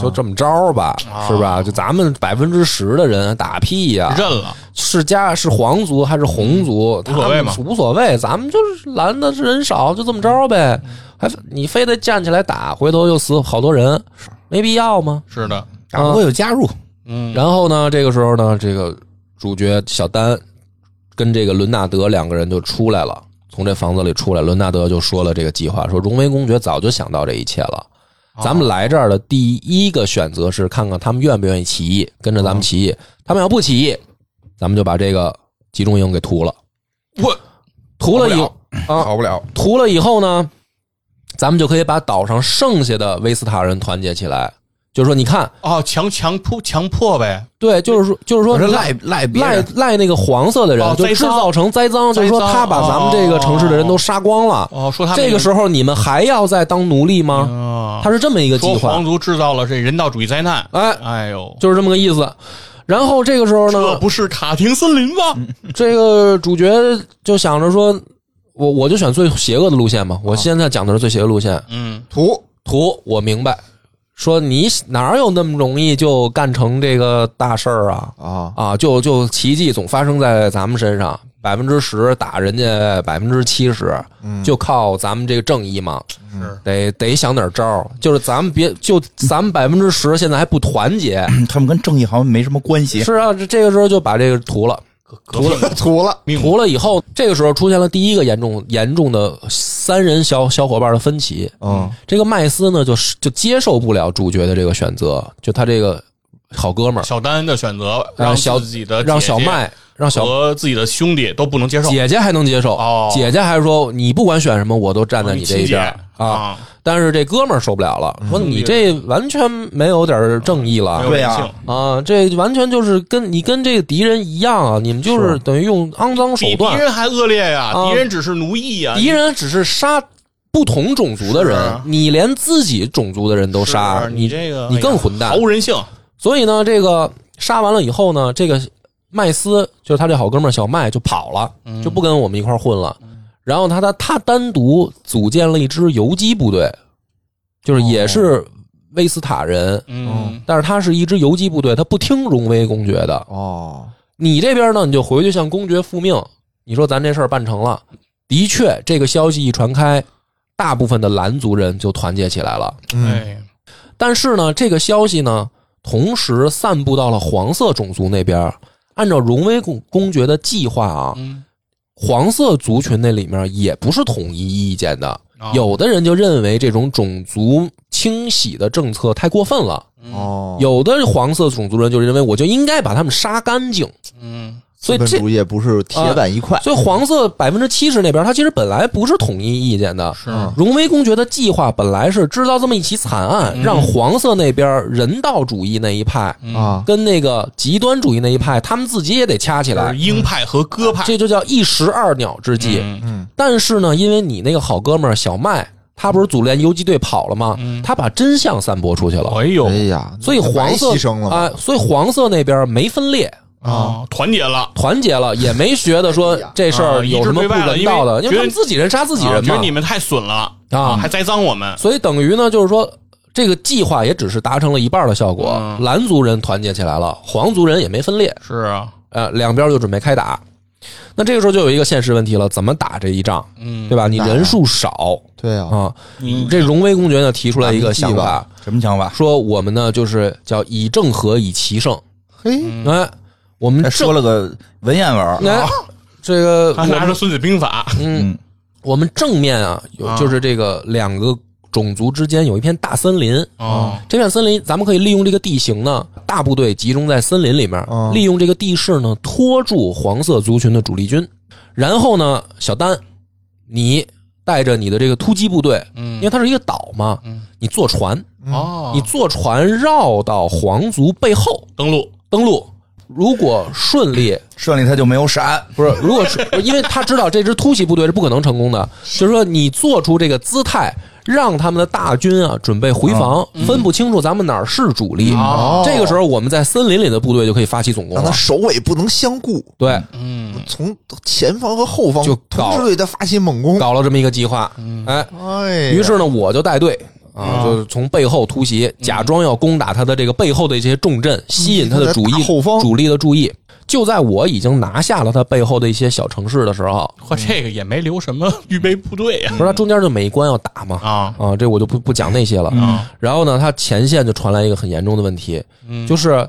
就这么着吧，啊是吧？就咱们百分之十的人打屁呀、认了，是家是皇族还是红族，嗯无所谓嘛他们无所谓，咱们就是拦的人少，就这么着呗。嗯还你非得站起来打，回头又死好多人，没必要吗？啊是的，打不过就加入，嗯，然后呢，这个时候呢，这个主角小丹跟这个伦纳德两个人就出来了，从这房子里出来，伦纳德就说了这个计划，说荣威公爵早就想到这一切了。咱们来这儿的第一个选择是看看他们愿不愿意起义，跟着咱们起义。他们要不起义，咱们就把这个集中营给屠了。我屠了以后啊，跑不了。屠了以后呢，咱们就可以把岛上剩下的威斯塔人团结起来。就是说，你看，哦，强强迫强迫呗，对，就是说，就是说，我说赖赖别赖人，赖那个黄色的人，哦就栽赃制造成栽赃，就是说栽赃他把咱们这个城市的人都杀光了。哦，说他们这个时候你们还要再当奴隶吗？啊，他是这么一个计说划皇，族制造了这人道主义灾难，哎，哎呦，就是这么个意思。然后这个时候这呢，不是卡廷森林吗？嗯这个主角就想着说，我我就选最邪恶的路线嘛。我现在讲的是最邪恶路线，啊嗯，图图我明白。说你哪有那么容易就干成这个大事儿啊？啊，啊，就就奇迹总发生在咱们身上，百分之十打人家百分之七十，就靠咱们这个正义嘛，是得得想点招儿。就是咱们别就咱们百分之十现在还不团结，他们跟正义好像没什么关系。是啊，这这个时候就把这个屠了。革命吐了，命屠了以后，这个时候出现了第一个严重严重的三人小小伙伴的分歧。嗯，这个麦斯呢，就是就接受不了主角的这个选择，就他这个好哥们儿，小丹的选择，让让小自己的让姐姐小麦让小和自己的兄弟都不能接受，姐姐还能接受，哦姐姐还说你不管选什么，我都站在你这亲一姐边啊。啊，但是这哥们儿受不了了，说你这完全没有点儿正义没了有对人啊性啊！这完全就是跟你跟这个敌人一样啊，你们就是等于用肮脏手比敌段，人还恶劣呀，啊敌人只是奴役呀，敌人只是杀。不同种族的啊是人啊，你连自己种族的人都是杀，你你这个你哎呀更混蛋毫无人性，所以呢，这个杀完了以后呢，这个麦斯就是他这好哥们儿小麦就跑了，嗯就不跟我们一块儿混了。然后他他他单独组建了一支游击部队，就是哦也是威斯塔人，嗯，但是他是一支游击部队，他不听荣威公爵的。哦，你这边呢，你就回去向公爵复命。你说咱这事儿办成了，的确，这个消息一传开，大部分的蓝族人就团结起来了。嗯，哎，但是呢，这个消息呢，同时散布到了黄色种族那边儿。按照荣威公公爵的计划啊，嗯，黄色族群那里面也不是统一意见的，啊有的人就认为这种种族清洗的政策太过分了，嗯哦，有的黄色种族人就认为我就应该把他们杀干净，嗯，所以资这呃本主义也不是铁板一块，所以黄色百分之七十那边，他其实本来不是统一意见的，是嗯荣威公爵的计划本来是制造这么一起惨案，嗯让黄色那边人道主义那一派嗯啊，跟那个极端主义那一派，他们自己也得掐起就是来，鹰派和鸽派，哎这就叫一石二鸟之计。嗯嗯，但是呢，因为你那个好哥们儿小麦，他不是组练游击队跑了吗？嗯他把真相散播出去了，哎呦哎呀，所以黄色白牺牲了啊嘛，、所以黄色那边没分裂。啊，团结了。团结了，也没觉得说这事儿啊有什么不人道的，一致对外了因为因为他们自己人杀自己啊人觉嘛得。你们太损了啊还栽赃我们。所以等于呢，就是说这个计划也只是达成了一半的效果。嗯蓝族人团结起来了，黄族人也没分裂，是啊，呃，两边就准备开打。那这个时候就有一个现实问题了，怎么打这一仗，嗯，对吧？你打人数少对啊，啊，你这荣威公爵呢提出来一个想打法，嗯什么想法？说我们呢就是叫以正和，以奇胜。嘿，嗯哎，我们还说啊正了个文言文，哎，这 个他我们拿着《孙子兵法》嗯嗯，我们正面啊，有啊就是这个两个种族之间有一片大森林。哦，这片森林，咱们可以利用这个地形呢，大部队集中在森林里面，啊利用这个地势呢，拖住黄色族群的主力军。然后呢，小丹，你带着你的这个突击部队，因嗯为它是一个岛嘛，你坐船，哦，你坐船绕到皇族背后登陆登陆。如果顺利，顺利他就没有闪，不是，如果是因为他知道这支突袭部队是不可能成功的，就是说你做出这个姿态，让他们的大军啊准备回防，分不清楚咱们哪儿是主力。啊哦这个时候，我们在森林里的部队就可以发起总攻让他了。首尾不能相顾，对，嗯，从前方和后方就搞同时对他发起猛攻。搞了这么一个计划，哎，哎呀，于是呢，我就带队啊，就是从背后突袭，假装要攻打他的这个背后的一些重镇，吸引他的主他意在打后方主力的注意。就在我已经拿下了他背后的一些小城市的时候，嚯，这个也没留什么 预备部队呀不是他中间就每一关要打嘛啊啊，这我就不不讲那些了。啊然后呢，他前线就传来一个很严重的问题，嗯就是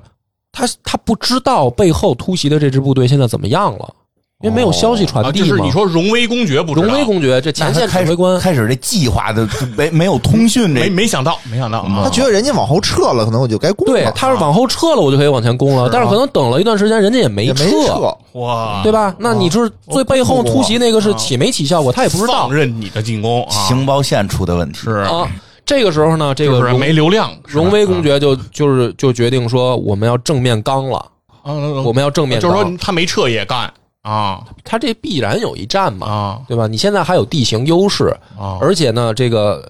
他他不知道背后突袭的这支部队现在怎么样了，因为没有消息传啊！递就是嘛。你说荣威公爵不知道荣威公爵这前线那他指开挥始官开始这计划的就没没有通讯没这没想到，没想到他啊！觉得人家往后撤了，可能我就该攻对了，，他是往后撤了，我就可以往前攻了。但是可能等了一段时间，人家也没也没撤，哇，对吧？那你就是最背后突袭那个哦是起没起效果，他也不知道放任你的进攻啊， 情报线出的问题。是啊。这个时候呢，这个就是荣没流量。是吧荣威公，爵就就是就决定说，我们要正面刚了，我我们要正面嗯就是说刚。他没撤也干啊他这必然有一战嘛，啊对吧？你现在还有地形优势，啊！而且呢，这个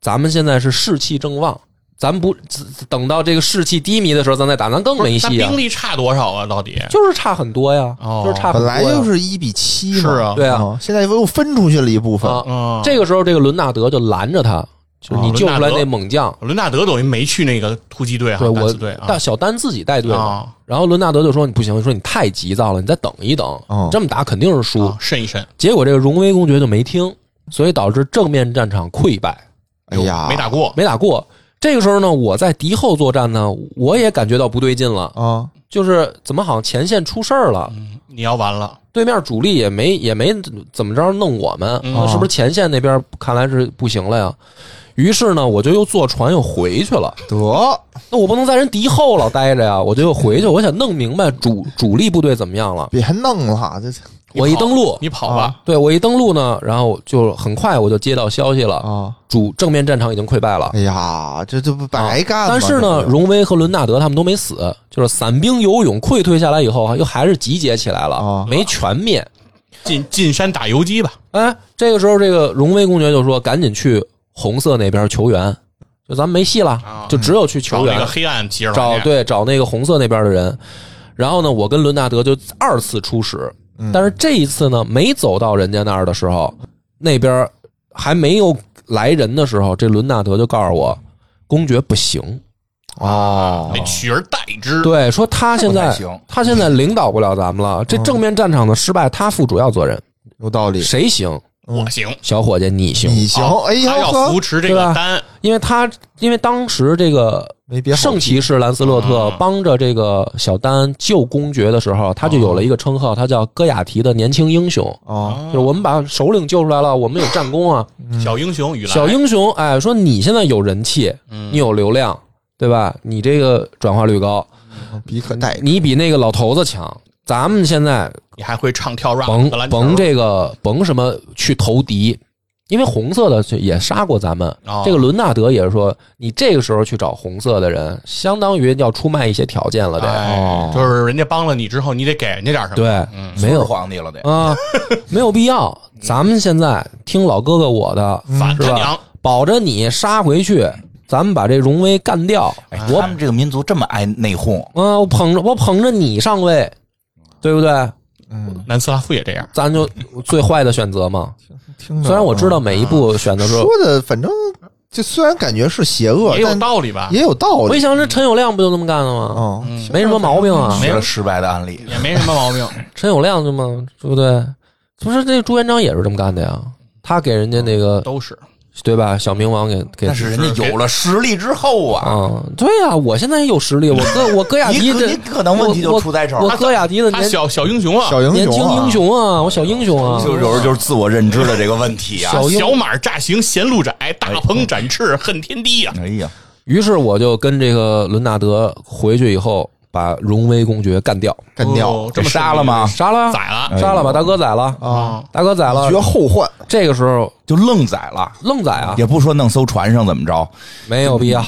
咱们现在是士气正旺，咱不等到这个士气低迷的时候，咱再打，咱更不是没那戏啊兵。力差多少啊？到底就是差很多呀，哦就是差很本多呀。来就是一比七嘛，是啊对啊现在又分出去了一部分，啊，啊，这个时候，这个伦纳德就拦着他，就是你啊救出来伦那纳德猛将，伦纳德等于没去那个突击队哈，对敢我死队啊大小丹自己带队嘛。啊然后伦纳德就说：“你不行，说你太急躁了，你再等一等哦，这么打肯定是输啊，。慎一慎，”结果这个荣威公爵就没听，所以导致正面战场溃败，哎呀，没打过没打过。这个时候呢，我在敌后作战呢，我也感觉到不对劲了，啊，就是怎么好像前线出事儿了，你要完了，对面主力也没也没怎么着弄我们，嗯那是不是前线那边看来是不行了呀？于是呢，我就又坐船又回去了。得那我不能在人敌后老待着呀，我就又回去，我想弄明白主主力部队怎么样了。别弄了，这你我一跑登陆，啊你跑吧，对我一登陆呢，然后就很快我就接到消息了，啊，主正面战场已经溃败了。哎呀，这这不白干了吗？啊但是呢，这不荣威和伦纳德他们都没死，就是散兵游勇溃退下来以后，又还是集结起来了啊，没全灭。进进山打游击吧，哎，这个时候，这个荣威公爵就说：“赶紧去红色那边求援，就咱们没戏了啊，就只有去找求那援个，黑暗骑士团啊找去，对找那个红色那边的人。”然后呢，我跟伦纳德就二次出使，嗯但是这一次呢，没走到人家那儿的时候，那边还没有来人的时候，这伦纳德就告诉我，公爵不行，哦，得取而代之。啊对，说他现不在太行嗯他现在领导不了咱们了，这正面战场的失败他负主要责任，有道理，谁行？我行，小伙计，你行，你行，哎他呀，要呵扶持这对吧个单，因为他因为当时这个没别圣骑士兰斯洛特啊帮着这个小丹救公爵的时候，他就有了一个称号，他叫戈雅提的年轻英雄。啊，嗯就是我们把首领救出来了，我们有战功 啊，嗯小英雄雨来，小英雄，哎，说你现在有人气，嗯你有流量，对吧？你这个转化率高，嗯比可带你比那个老头子强。咱们现在你还会唱跳 rap 甭和篮球甭这个甭什么去投敌，因为红色的就也杀过咱们。哦这个伦纳德也是说，你这个时候去找红色的人，相当于要出卖一些条件了，得、哎哦，就是人家帮了你之后，你得给人家点什么。对，没是有皇帝了得，啊，没有必要。咱们现在听老哥哥我的，反是他吧娘？保着你杀回去，咱们把这荣威干掉。哎，他们这个民族这么爱内讧，啊，我捧着我捧着你上位，对不对？南斯拉夫也这样，咱就最坏的选择嘛。听着，啊虽然我知道每一步选的时候说的，反正就虽然感觉是邪恶，也有但道理吧？也有道哦我一理想，这陈友谅不就这么干的吗？啊，没什么毛病啊，没学有了失败的案例。也没什么毛病。陈友谅就嘛，对不对？不是那朱元璋也是这么干的呀，他给人家那个都是对吧？小明王给给但是人家有了实力之后啊，啊，对呀、我现在也有实力，我哥我哥雅你迪可这你可能问题就出在这儿我我哥雅迪的他年小小英雄啊，小英雄啊年轻英雄啊，我小英雄啊，就是有时候就是自我认知的这个问题啊。小英小马乍行嫌路窄，大鹏展翅恨天啊低呀！哎呀，于是我就跟这个伦纳德回去以后，把荣威公爵干掉，干掉哦，这么杀了吗杀了，宰了杀了，哎把大哥宰了，啊，大哥宰了绝。后患，这个时候就愣宰了，愣宰啊，也不说弄艘船上怎么着，没有必要，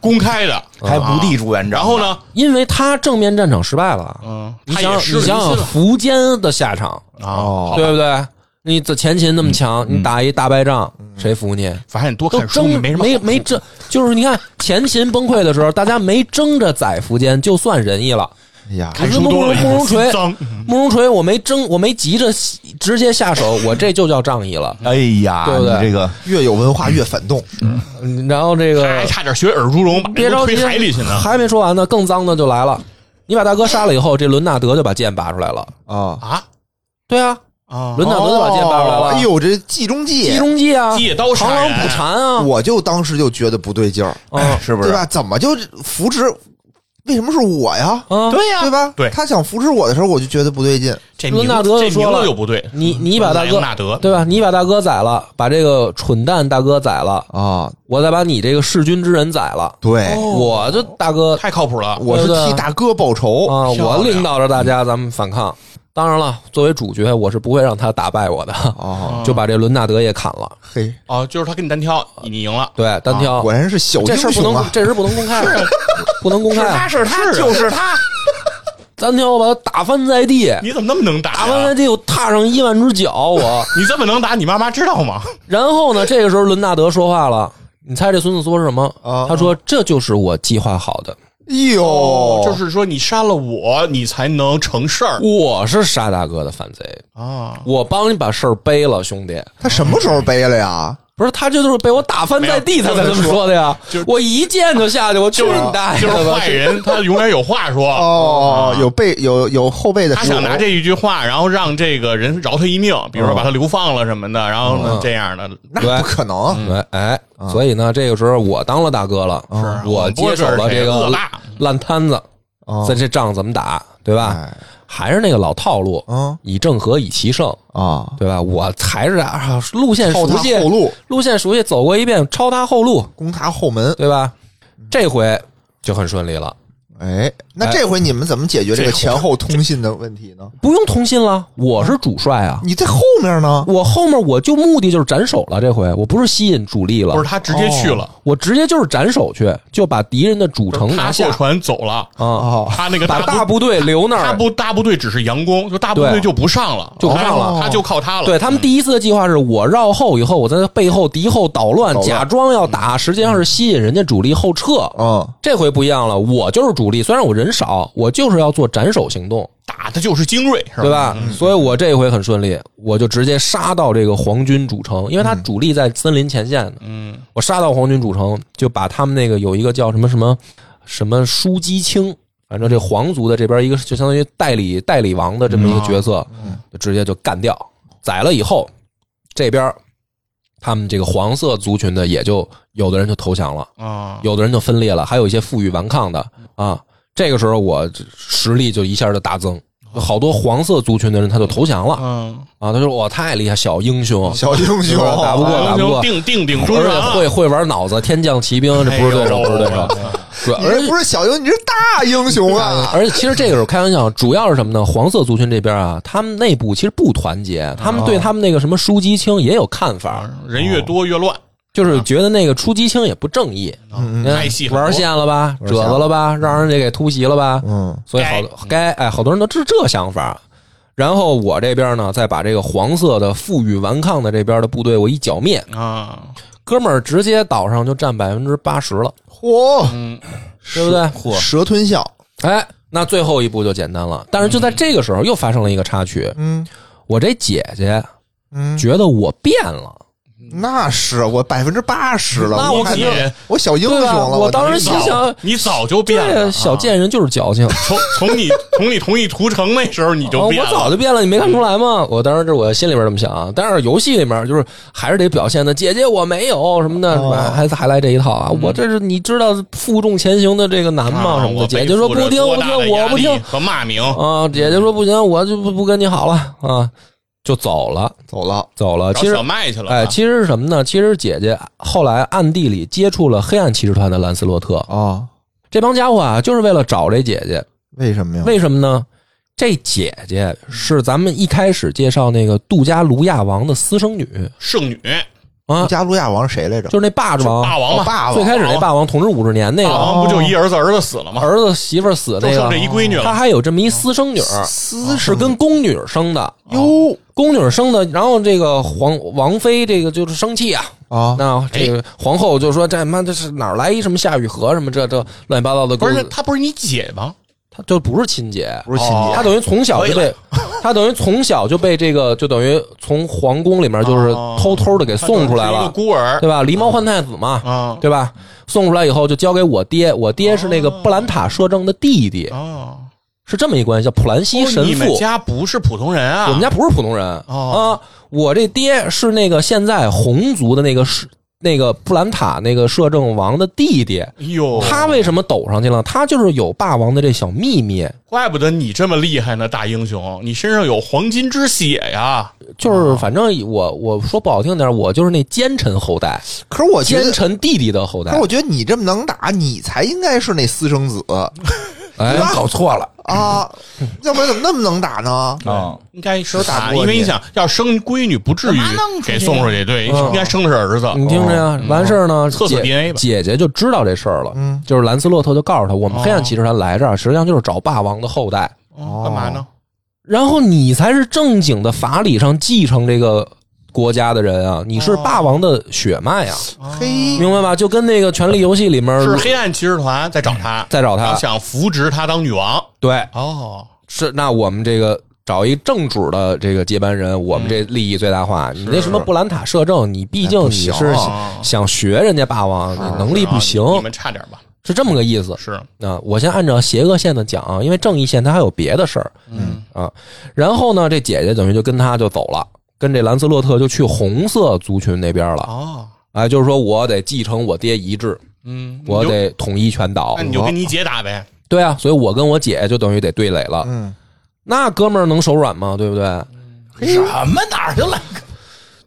公开的。 还不敌朱元嗯璋。然后？呢，因为他正面战场失败了。嗯，你他想也想，是你想想苻坚的下场，啊，哦嗯对不对？你这前秦那么强，你打一大败仗，谁服你？发现多都看书争没什么没好处没争，就是你看前秦崩溃的时候，大家没争着宰苻坚，就算仁义了。哎呀，看书多了慕容垂心脏，慕容垂，我没争，我没急着直接下手，我这就叫仗义了。哎呀，对不对你这个越有文化越反动，嗯然后这还个差点学尔朱荣把别人着急推，海里去呢还没说完呢，更脏的就来了。你把大哥杀了以后，这伦纳德就把剑拔出来了。啊！啊对啊，啊！伦纳德就把剑拔出来了。哎，呦，这计中计鸡，中计啊，借刀螳杀螂人捕蝉啊，我就当时就觉得不对劲儿， 嗯是不对是？吧？怎么就扶持？为什么是我呀？嗯，对呀对吧？对他想扶持我的时候，我就觉得不对劲。啊这伦名纳德就这说名了字就不对，你你把大哥伦纳德对吧？你把大哥宰了，把这个蠢蛋大哥宰了，啊，我再把你这个弑君之人宰了，对，我就大哥哎太靠谱了。我是哦对不对替大哥报仇。啊，漂我亮嗯领导着大家咱们反抗。当然了，作为主角，我是不会让他打败我的，哦，就把这伦纳德也砍了。嘿，哦，就是他跟你单挑，你赢了，对，单啊挑果然是小啊这事儿英不雄能啊，！这事儿不能公开，不能公开啊。是他，就是他，单挑把他打翻在地，你怎么那么能打打翻呀？在地，我踏上一万只脚，我。你这么能打，你妈妈知道吗？然后呢，这个时候伦纳德说话了，你猜这孙子说是什么？啊他说：“这就是我计划好的，哎哦呦，就是说你杀了我，你才能成事儿我是杀大哥的反贼，啊！我帮你把事儿背了，兄弟。”他什么时候背了呀？不是，他这就是被我打翻在地，他才这么说的呀就是！我一剑就下去，我去就是你大爷就的是吧 坏！人，他永远有话说。哦，有背有有后背的他时候，想拿这一句话，然后让这个人饶他一命，比如说把他流放了什么的，然后呢嗯这样的。那不可能。对，哎，啊所以呢，这个时候我当了大哥了，是我接手了这个啊我们不是这个恶啊霸烂摊子，在这仗怎么打，对吧？哎，还是那个老套路，啊嗯以正合，以奇胜，啊，对吧？我还是啊，路线抄熟他悉，后路，路线熟悉，走过一遍，抄他后路，攻他后门。对吧？嗯这回就很顺利了，哎，那哎这回你们怎么解决这个前后通信的问题呢？不用通信了，我是主帅啊。你在后面呢？嗯我后面我就目的就是斩首了，这回我不是吸引主力了，不是他直接去了，我直接就是斩首去，就把敌人的主就是城拿他下坐船走了，啊，哦，他那个把大大部部队留那大儿。部大部队只是佯攻，就大部对队就不上了，就不上了他他就靠他了。对他们第一次的计划是我绕后以后，我在背后敌后捣乱，捣乱假装要打，实际上是吸引人家主力后撤。嗯，这回不一样了，我就是主力，虽然我人少，我就是要做斩首行动，打的就是精锐，是嗯对？吧？所以我这回很顺利，我就直接杀到这个皇军主城，因为他主力在森林前线呢。嗯，我杀到皇军主城，就把他们那个有一个叫什么什么什么枢机卿，反正这皇族的这边一个就相当于代理代理王的这么一个角色，就直接就干掉，宰了以后，这边他们这个黄色族群的也就有的人就投降了，啊，有的人就分裂了，还有一些负隅顽抗的啊。这个时候我实力就一下就大增，好多黄色族群的人他就投降了嗯，啊，他说我太厉害，小英雄，小啊英雄打不过王打不兴过。定定顶中而原且了，会会玩脑子，天降骑兵，这不是对手，哎不呦是对手。对，你而这且不是小英雄，你是大英雄啊！而且其实这个时候开玩笑，主要是什么呢？黄色族群这边啊，他们内部其实不团结，他哦们对他们那个什么枢机卿也有看法，人越多越乱，就是觉得那个枢机卿也不正义，嗯嗯派啊系很多玩线了吧，玩褶线了子了吧，让人家给突袭了吧，嗯所以好该哎，好多人都是这想法。然后我这边呢，再把这个黄色的负隅顽抗的这边的部队，我一剿灭，啊，哥们儿直接岛上就占百分之八十了，嚯，嗯，对不对？蛇吞象，哎，那最后一步就简单了。但是就在这个时候，又发生了一个插曲。嗯我这姐姐嗯，觉得我变了，那是我百分之八十了，那我肯定看我小英雄对吧啊了，我当时你心早想，你早就变这了，哎小啊贱人就是矫情。从从你从你同意屠城那时候你啊就变我早了，就变了，你没看出来吗？我当时这我心里边这么想啊，但是游戏里面就是还是得表现的，姐姐我没有什么的，是吧？还还来这一套啊！我这是你知道负重前行的这个难吗？啊什么的，我姐姐说背不负着听多不大听，的我不压听力和骂名，啊！姐姐说不行，我就不不跟你好了啊，就走了，走了，走了。找其实小麦去了，啊哎，其实是什么呢？其实姐姐后来暗地里接触了黑暗骑士团的兰斯洛特，啊？这帮家伙啊，就是为了找这姐姐。为什么呀？为什么呢？这姐姐是咱们一开始介绍那个杜加卢亚王的私生女圣女啊，加卢亚王是谁来着就？是那霸王，霸王哦嘛，霸王最开始那霸王统治五十年那霸个王不就一儿子儿子死了吗？儿子媳妇儿死就那剩个，这一闺女他了，还有这么一私生女，私是跟宫女生的。哟，宫女生的，然后这个皇王妃这个就是生气啊，啊，那这个皇后就说：“这他妈这是哪儿来一什么夏雨荷什么这这乱七八糟的故不事？是她不是你姐吗？她就不是亲姐，不是亲哦她姐，等于从小就被，她等于从小就被这个，就等于从皇宫里面就是哦偷偷的给送出来她就是一了个，孤儿对吧？狸猫换太子嘛，啊对吧？送出来以后就交给我爹，我爹是那个布兰塔摄政的弟弟，哦，是这么一关系。叫普兰西神哦你们父，家不是普通人啊？我们家不是普通人哦啊，我这爹是那个现在红族的那个是那个布兰塔那个摄政王的弟弟。哎呦，他为什么抖上去了？他就是有霸王的这小秘密，怪不得你这么厉害呢，大英雄，你身上有黄金之血呀！哦就是反正我我说不好听点，我就是那奸臣后代，可是我觉奸得。臣弟弟的后可代是。我觉得你这么能打，你才应该是那私生 子哎，搞错了啊，要不然怎么那么能打呢？啊！应该是打打，不过因为你你想要生闺女，不至于干嘛弄出去给送出去，对，嗯应该生的是儿子。你听着呀，完事儿呢，测姐测 DNA 吧姐姐就知道这事儿了，哦嗯就是兰斯洛特就告诉他，我们哦黑暗骑士团来这儿，实际上就是找霸王的后代。哦干嘛呢？然后你才是正经的法理上继承这个国家的人啊，你是哦霸王的血脉啊，嘿，明白吧？就跟那个《权力游戏》里面是黑啊暗骑士团在找他，哦嗯在找然他后，想扶植他当女王。对，哦，是那我们这个找一正主的这个接班人，我们这嗯利益最大化。你那什么布兰塔摄政，你毕竟哎不你行是啊想学人家霸王，你能力不行，啊你们差点吧？是这么个意思。是，啊，我先按照邪恶线的讲啊，因为正义线它还有别的事儿嗯啊。然后呢，这姐姐等于就跟他就走了，跟这兰斯洛特就去红色族群那边了。哦，哎，就是说我得继承我爹遗志，嗯，我你就，得统一全岛那。你就跟你姐打呗。对啊，所以我跟我姐就等于得对垒了。嗯，那哥们儿能手软吗？对不对？什么哪儿就来？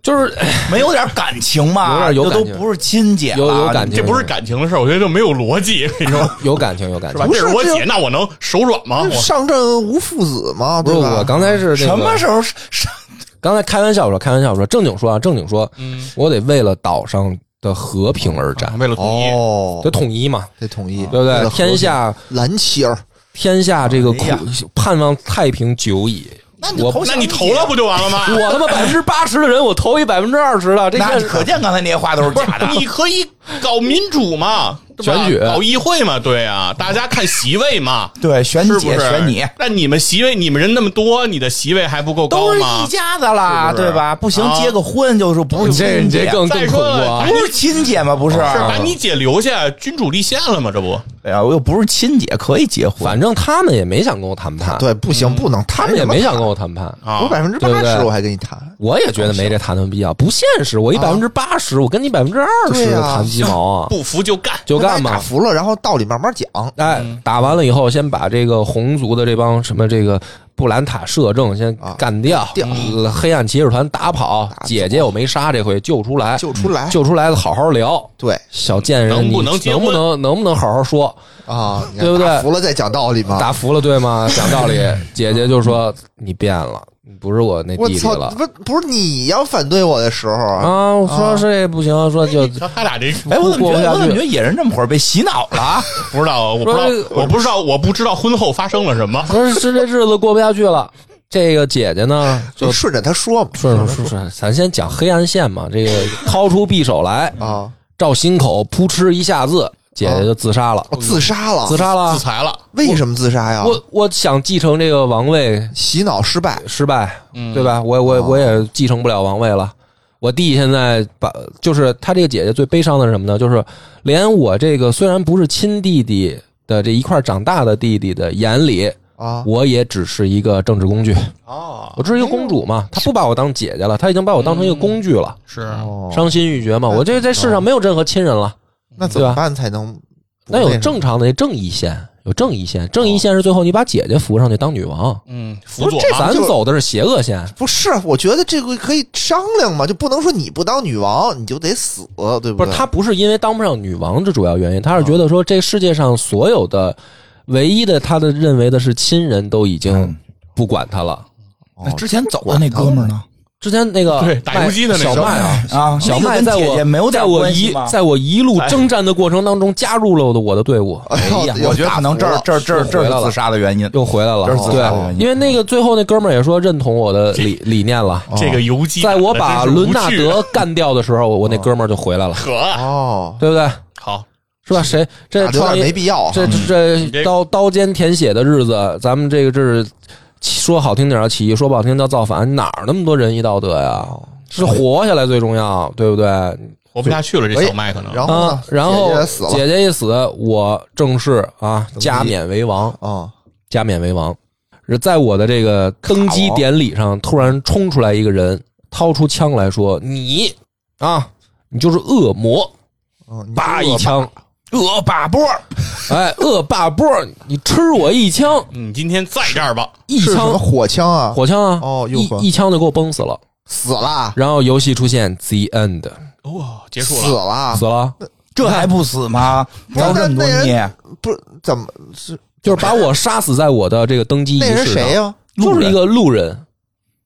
就是没有点感情吗？有点有这感都情不是亲啊姐了，有有感情，这不是感情的事儿，我觉得就没有逻辑，你知道吗？ 有感情有感是情吧？。不这是是我这姐，那我能手软吗？我上阵无父子嘛，啊不是对吧？我刚才是那什么个时候是是刚才开玩笑说，开玩笑说，正经说啊，正经说，我得为了岛上的和平而战，为了统一，得哦，统一嘛，得统一，对不为了对？和平天下蓝旗儿，天下这个苦哎呀盼望太平久矣。那你我投那你投了不就完了吗？我他妈百分之八十的人，我投一百分之二十的，这那个可见刚才那些话都是假的。你可以搞民主嘛，对吧选举搞议会嘛，对啊，大家看席位嘛，对，选是不姐是？选你，那你们席位，你们人那么多，你的席位还不够都高是吗一？家子啦，是不是对吧？不行啊，结个婚就是不是你这亲你这姐，更哦更再恐怖说了啊！不是亲姐吗？不是，啊是把你姐留下，君主立宪了吗？这不，哎呀，我又不是亲姐，可以结婚。反正他们也没想跟我谈判，对，不行，不能，啊嗯他他们也怎么没想跟我谈判。啊我百分之对不八对十我还跟你谈，我也觉得没这谈论必要，不现实。我一百分之八十，我跟你百分之二十对啊谈鸡毛啊，不服就干。就那把干你嘛打？服了，然后道理慢慢讲。哎，打完了以后，先把这个红族的这帮什么这个布兰塔摄政先啊干掉，掉嗯黑暗骑士团打跑打，走姐姐我没杀，这回救出来，救出来救出来了，好好聊。对小贱人，能不能你结能不婚能能不能好好说？啊，你看对不对打服了再讲道理嘛。打服了对吗？讲道理，姐姐就说你变了，你不是我那我弟弟操，了不不是你要反对我的时候啊，啊！我说这不行，说就瞧他俩这哎，我怎么过不觉得下去我怎么觉得野人这么会儿被洗脑 了啊？不知道，我不知道，我不知道，我不知道婚后发生了什么。说是这日子过不下去了。这个姐姐呢，就就顺着他说嘛顺顺顺顺，咱先讲黑暗线嘛。这个掏出匕首来，啊，照心口扑哧一下子，姐姐就自杀了，哦自杀了，啊自杀了自。裁了，为什么自杀呀？我我想继承这个王位洗脑失败，失败，对吧？我我我也继承不了王位了。我弟现在把就是他这个姐姐最悲伤的是什么呢？就是连我这个虽然不是亲弟弟的这一块长大的弟弟的眼里，啊我也只是一个政治工具。哎哦，我只是一个公主嘛，他不把我当姐姐了，他已经把我当成一个工具了，是哦，伤心欲绝嘛。我这在世上没有任何亲人了。那怎么办才能？那有证正常的正义线，有正义线，正义线是最后你把姐姐扶上去当女王，嗯，辅佐吧咱就是走的是邪恶线。不是？啊我觉得这个可以商量嘛，就不能说你不当女王你就得死，对不不是，对？他不是因为当不上女王这主要原因，他是觉得说这世界上所有的唯一的他的嗯认为的是亲人都已经不管他了。那之前走的那哥们儿呢？之前那个对打游击的那小个麦啊，啊，小那个麦跟在姐我姐没有在点我关系一吗在我一路征战的过程当中，加入了我的我的队伍，哎哎呀，我觉得可能这儿这儿这儿这儿是自杀的原因。又回来了这是自。杀的原对，因因为那个最后那哥们儿也说认同我的理理念了。这个游击啊在我把打得真是无伦纳趣 啊德干掉的时候，我我那哥们儿就回来了，可哦，对不对？好，是吧？谁这打得有创点业没必要啊，这嗯你这这这刀刀尖舔血的日子，咱们这个这是说好听点叫起义，说不好听叫造反，哪儿那么多仁义道德呀？是活下来最重要，对不对？活不下去了，这小麦可能然后啊呢，？然后姐姐死了姐姐一死，我正式啊登基加冕为王，啊，加冕为王。是在我的这个登基典礼上，突然冲出来一个人，掏出枪来说：“你啊，你就是恶魔！”嗯，你叭饿一吧，枪，恶霸呃波，哎，恶霸波，你吃我一枪，你嗯今天在这儿吧，一是什么枪火枪啊？火枪啊！哦又火一一枪就给我崩死了。死了，然后游戏出现 the end，哦，结束死了，了死，了，这还不死吗？那活这么多那年，不是怎么是就是把我杀死在我的这个登基仪那人式谁啊上，呀？就路是人一个路人，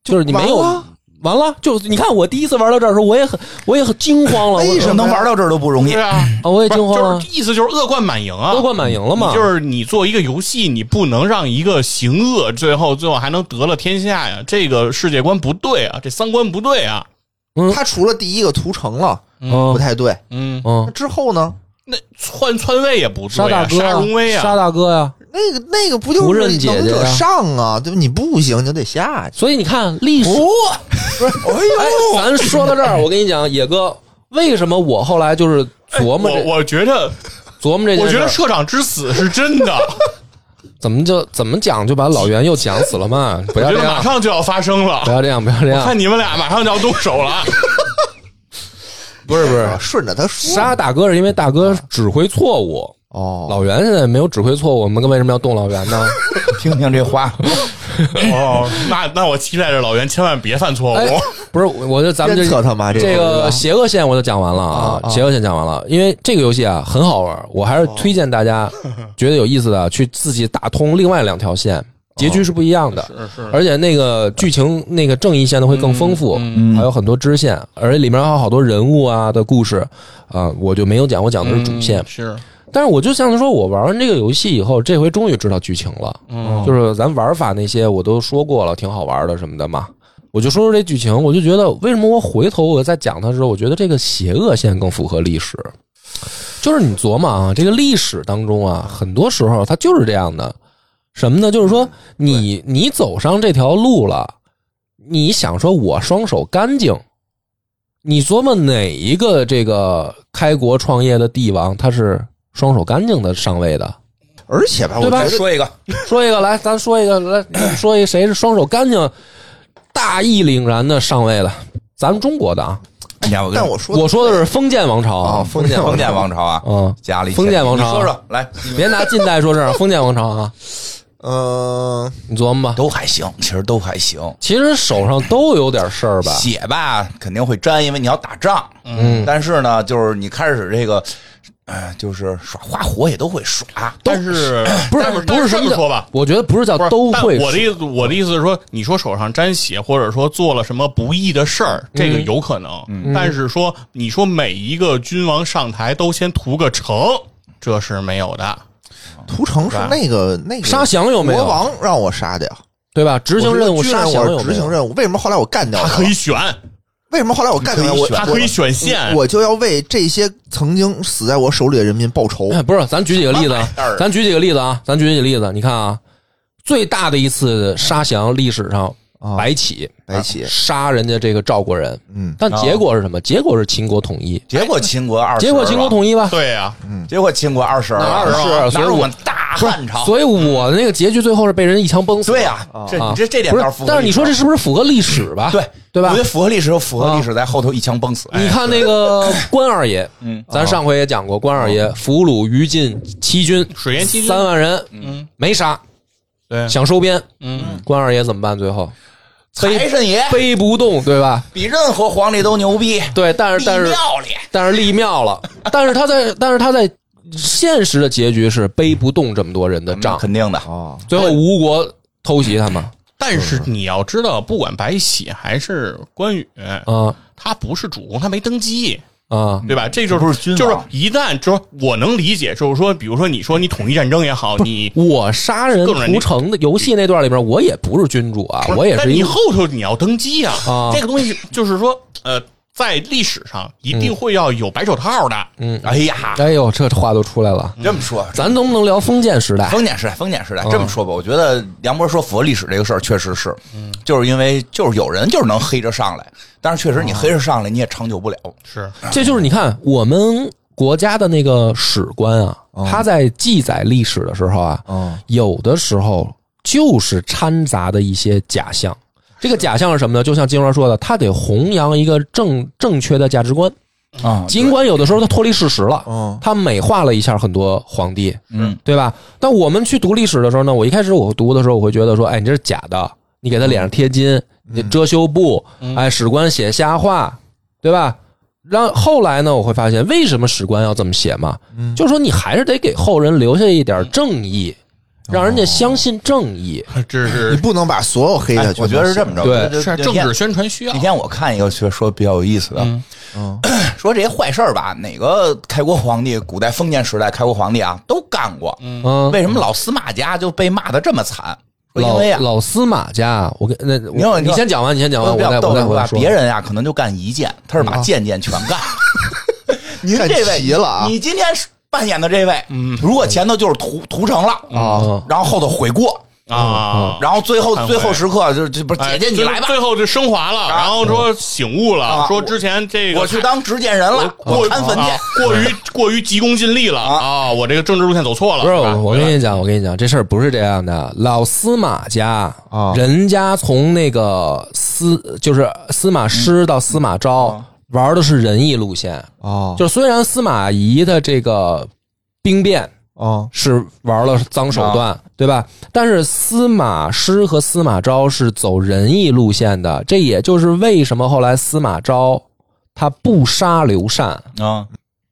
就是你没有完了完了，就是你看我第一次玩到这儿的时候，我也很我也很惊慌了，为我什么能玩到这儿都不容易对。啊，啊我也惊慌就了是，意思就是恶贯满盈啊，夺冠满盈了嘛，就是你做一个游戏，你不能让一个行恶最后最后还能得了天下呀，这个世界观不对啊，这三观不对啊，嗯他除了第一个屠城了不嗯太对，嗯，那嗯，之后呢？那篡篡位也不杀对大啊，哥杀啊荣威，杀啊，大哥呀，那个那个不就不是认能姐姐者呀上啊？对吧？你不行，你就得下去。所以你看历史，哦哎，咱说到这儿，我跟你讲，野哥，为什么我后来就是琢磨哎我这我觉得琢磨这件事儿，我觉得社长之死是真 的，怎么就怎么讲就把老袁又讲死了嘛？不我要觉这得样马，上就要发生了不，要这样，不要这样看，你们俩马上就要动手 了，不是不是，啊顺着他说杀大哥是因为大哥指挥错误，哦，老袁现在没有指挥错误，我们为什么要动老袁呢？听听 这话，哦，那那我期待着老袁千万别犯错哎误，不是，我就咱们鞭策这他妈这个个邪恶线我就讲完了啊啊哦啊，邪恶线讲完了，因为这个游戏啊很好玩，我还是推荐大 家觉得有意思的啊去自己打通另外两条线，结局是不一样的。哦是是而且那个剧情那个正义线的会更丰富，嗯还有很多支线，而且里面还有好多人物啊的故事啊、我就没有讲，我讲的是主线。嗯是，但是我就像是说，我玩完这个游戏以后，这回终于知道剧情了，嗯，就是咱玩法那些我都说过了，挺好玩的什么的嘛。我就说说这剧情，我就觉得为什么我回头我在讲它的时候，我觉得这个邪恶线更符合历史。就是你琢磨啊，这个历史当中啊，很多时候它就是这样的，什么呢？就是说你你走上这条路了，你想说我双手干净，你琢磨哪一个这个开国创业的帝王他是双手干净的上位的？而且吧，我对吧觉得哎说一个，说一个来，咱说一个来，说一个谁是双手干净、大义凛然的上位的？咱们中国的啊，你看我跟但我说我说的是封建王朝啊，啊，封建封建王朝啊，嗯，家里封建王朝啊你说说来，别拿近代说事儿，封建王朝啊，嗯，你琢磨吧。都还行，其实都还行。其实手上都有点事儿吧，血吧肯定会沾，因为你要打仗。嗯但是呢，就是你开始这个，呃，就是耍花火也都会耍，但是 不但是不但是这什么说吧，我觉得不是叫不是都但会我的意思，我的意思是说，你说手上沾血，或者说做了什么不义的事儿，这个有可能。但是说，你说每一个君王上台都先图个成，这是没有的。屠城是那个那个杀降有没有国王让我杀的呀，对吧？执行任务我是个杀军人降有我是执没行有？任务，为什么后来我干掉他他可以选，为什么后来我干掉他？我他可以选线。我就要为这些曾经死在我手里的人民报哦仇。哎，不是，咱举几个例子啊什么玩意儿，咱举几个例子啊，咱举几个例子。你看啊，最大的一次杀降历史上，哦啊白起白起杀人家这个赵国人，嗯，但结果是什么？结果是秦国统一，结果秦国二十，哎啊结果秦国，统一吧。对呀、结果秦国二十，哪二十哪啊所以是我我们大汉朝？所以我的那个结局最后是被人一枪崩死。对呀，这啊，你这这点不倒是符合历史。但是你说这是不是符合历史吧？对对吧嗯啊我觉？得符合历史，符合历史，在后头一枪崩死。哎你看那个关二爷，嗯，咱上回也讲过，关二爷俘虏于禁七军，水淹七军三万人，嗯，没杀，对，想收编，嗯，关二爷怎么办？最后财神爷背不动，对吧？比任何皇帝都牛逼，对，但是但立是庙里但是立庙了，但是他在但是他在现实的结局是背不动这么多人的那账，肯定的。哦，最后吴国偷袭他们，但是你要知道，不管白起还是关羽，啊他不是主公，他没登基，啊对吧？这就是不是君王就是一旦就是我能理解，就是说，比如说你说你统一战争也好，你我杀人屠城的游戏那段里边，我也不是君主啊，我也但是你一后头你要登基啊，啊这个东西就是说，呃，在历史上一定会要有白手套的。嗯，哎呀，哎呦，这话都出来了，这么说，咱能不能聊封建时代？封建时代，封建时嗯代，这么说吧，我觉得梁博说符合历史这个事儿，确实是，嗯就是因为就是有人就是能黑着上来，但是确实你黑着上来你也长久不了。是，这就是你看我们国家的那个史官啊，他在记载历史的时候啊，嗯，有的时候就是掺杂的一些假象。这个假象是什么呢？就像金花说的，他得弘扬一个正正确的价值观，啊尽管有的时候他脱离事实了，嗯他美化了一下很多皇帝，嗯，对吧？但我们去读历史的时候呢，我一开始我读的时候，我会觉得说，哎，你这是假的，你给他脸上贴金，你遮羞布，哎，史官写瞎话，对吧？然后后来呢，我会发现为什么史官要这么写嘛？就是说你还是得给后人留下一点正义，让人家相信正义。这你是不能把所有黑哎下去。我觉得是这么着，对就是政治。宣传需要那。天我看一个说说比较有意思的，嗯 说这些坏事儿吧，哪个开国皇帝，古代封建时代开国皇帝啊都干过，嗯，为什么老司马家就被骂的这么惨？说因老为啊，老司马家，我跟那你要我你先讲完，你先讲完，比我再较我逗再的回来吧，说。别人啊呀可能就干一件，他是把件件全干。您干这位齐了啊你今天扮演的这位，如果前头就是屠屠城了嗯，然后后头悔过，啊，然后最后忏悔最后时刻就就不是哎姐姐你来吧最，最后就升华了，然后说醒悟了，啊说之前这个我去当执剑人了，过我看坟啊去。过 于过于急功近利了啊！我这个政治路线走错了，不是吧我，我回来跟你讲，我跟你讲，这事儿不是这样的。老司马家啊人家从那个司就是司马师到司马昭、玩的是仁义路线，嗯啊就是虽然司马懿的这个兵变啊是玩了脏手段，对吧？但是司马师和司马昭是走仁义路线的，这也就是为什么后来司马昭他不杀刘禅，啊，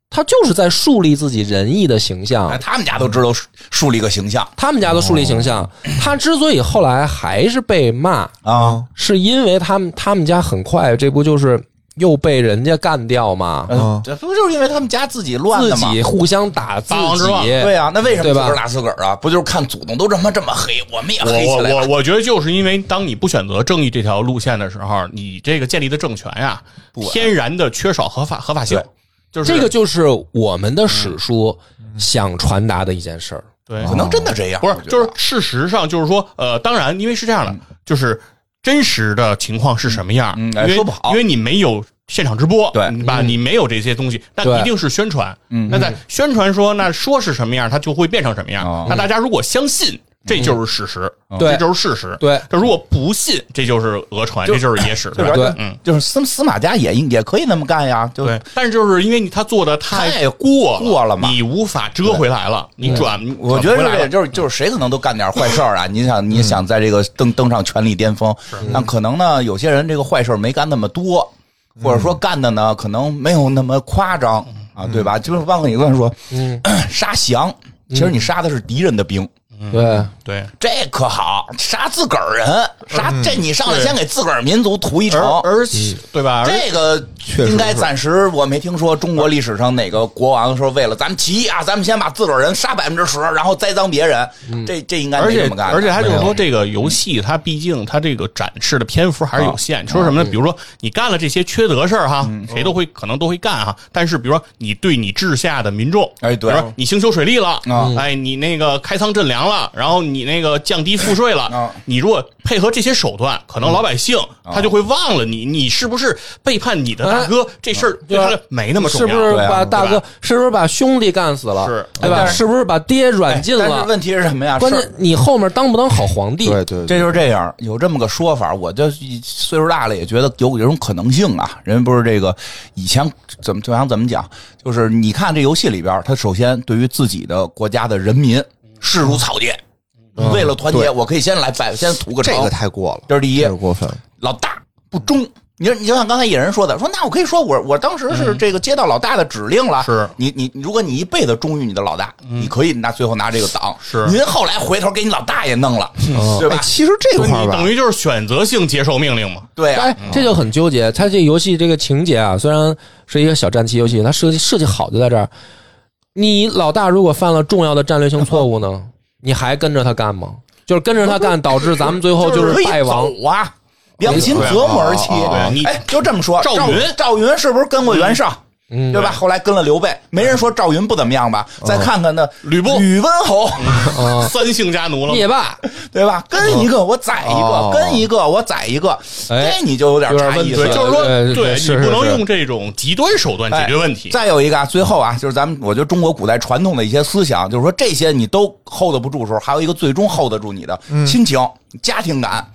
他就是在树立自己仁义的形象哎，。他们家都知道树树立个形象他们家都树立形哦象。他之所以后来还是被骂，啊，是因为他们他们家很快，这不就是又被人家干掉吗？啊呃这不就是因为他们家自己乱自的吗？己互相打自霸王之己，乱对呀，那为什么对吧不是打自个儿啊？不就是看祖宗都这么这么黑，我们也我黑起来啊我吧我我觉得就是因为当你不选择正义这条路线的时候，你这个建立的政权呀、稳天然的缺少合法合法性对，就是这个就是我们的史书嗯想传达的一件事儿。对，可能真的这样，不是啊我觉得嗯就是事实上就是说，呃，当然，因为是这样的，就是真实的情况是什么样，嗯嗯哎因为说不好因为你没有现场直播，对你吧？你没有这些东西，但对一定是宣传。嗯那在宣传说，那说是什么样，它就会变成什么样哦。嗯那大家如果相信，这就是事实，对这就是事实。对这如果不信，这就是讹传，这就是野史，就吧是对嗯，就是司司马家也也可以那么干呀，就对，但是就是因为你他做的太过过了嘛你无法遮回来了，你转，嗯我觉转得不回是来了嗯这，就是就是谁可能都干点坏事儿啊！你想，你想在这个登登上权力巅峰，但可能呢，有些人这个坏事儿没干那么多，嗯或者说干的呢，可能没有那么夸张啊，对吧？就是万个你乱说，嗯，杀降，嗯其实你杀的是敌人的兵，对，对。这可好，杀自个儿人，杀这你上来先给自个儿民族屠一城，嗯而而哦且对吧？而这个应该暂时我没听说中国历史上哪个国王说为了咱们起义啊，咱们先把自个儿人杀百分之十，然后栽赃别人，这这应该而没且这么干的。而且他就是没说，有这个游戏它毕竟它这个展示的篇幅还啊是有限。说什么呢？比如说你干了这些缺德事儿哈，嗯谁都会可能都会干哈。但是比如说你对你治下的民众，哎对比如说你兴修水利了啊，哎你那个开仓赈粮了，然后你那个降低赋税了啊，嗯你如果配合这些手段，可能老百姓他就会忘了你，你是不是背叛你的大哎哥？这事儿对他没那么重是要，不是对啊把大对哥，是不是把兄弟干死了？是对吧？但是是不是把爹软禁哎但了是？问题是什么呀？关事键儿你后面当不当好皇帝？对对，这就是这样，有这么个说法，我就岁数大了也觉得有有种可能性啊。人不是这个以前怎么就想怎么讲，就是你看这游戏里边，他首先对于自己的国家的人民视如草芥，为嗯了团结，我可以先来百先屠个城，这个太过了，这是第一这个过分。老大不忠，你说你就像刚才野人说的，说那我可以说我我当时嗯是这个接到老大的指令了，是你你如果你一辈子忠于你的老大，嗯你可以拿最后拿这个档，是您后来回头给你老大也弄了，嗯哦对吧哎，？其实这就块你儿吧等，于就是选择性接受命令嘛。对啊，哎，这就很纠结。它这游戏这个情节啊，虽然是一个小战棋游戏，它设计设计好就在这儿。你老大如果犯了重要的战略性错误呢，你还跟着他干吗？就是跟着他干，导致咱们最后就是 可以败亡。走啊，良禽择木而栖。啊对啊你哎，就这么说，赵赵云赵云是不是跟过袁绍？嗯哦对吧？后来跟了刘备，没人说赵云不怎么样吧？再看看那吕布吕温侯，啊，三姓家奴了嘛，灭霸对吧？跟一个我宰一个哦，跟一个我宰一个，哎这你就有点有点差问异题了对，了。就是说，对对对是你不是能是用这种极端手段解决问题。再有一个啊，最后啊，就是咱们，我觉得中国古代传统的一些思想，就是说这些你都 hold 不住的时候，还有一个最终 hold 得住你的亲情、家庭感，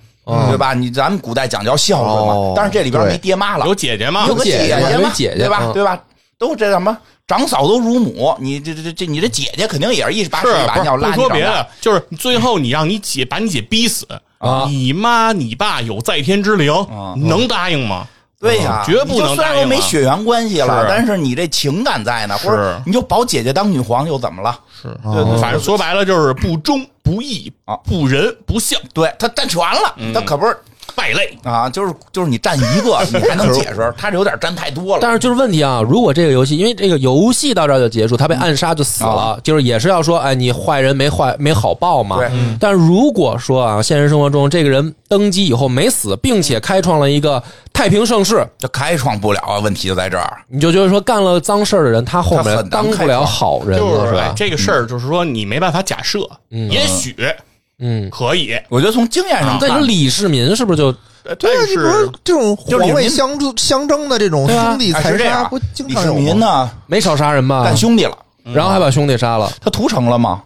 对吧？你咱们古代讲究孝顺嘛哦，但是这里边没爹妈了有，姐姐嘛？有个姐有姐姐嘛有，姐姐对吧？嗯对吧？都这叫什么？长嫂都如母，你这这这这，你这姐姐肯定也是一把是屎一把不是尿拉不你说长别大的，就是最后你让你姐把你姐逼死啊你妈你爸有在天之灵，能答应吗？对呀、嗯绝不能你就虽然答说应啊没血缘关系了，是但是你这情感在呢，是或者你就保姐姐当女皇又怎么了？是，啊对对反正说白了就是不忠不义啊不仁不孝，对他占全了，嗯他可不是败类。啊，就是就是你占一 个，你还能解释，他这有点占太多了。但是就是问题啊，如果这个游戏，因为这个游戏到这儿就结束，他被暗杀就死了，就是也是要说，哎，你坏人没坏没好报嘛对。但如果说啊，现实生活中这个人登基以后没死，并且开创了一个太平盛世，这开创不了啊，问题就在这儿。你就觉得说干了脏事儿的人，他后他面很难当不了好人就了，是嗯是哎吧？这个事儿就是说你没办法假设，也许嗯，可以，我觉得从哎经验啊上那你看，说李世民是不是就但对啊，你不是是这种就是皇你位们相争相争的这种对啊兄弟哎是残这杀，样不经李常世有民吗？啊呢没少杀人吧干？兄弟了，然后还把兄弟杀了，他屠城了吗？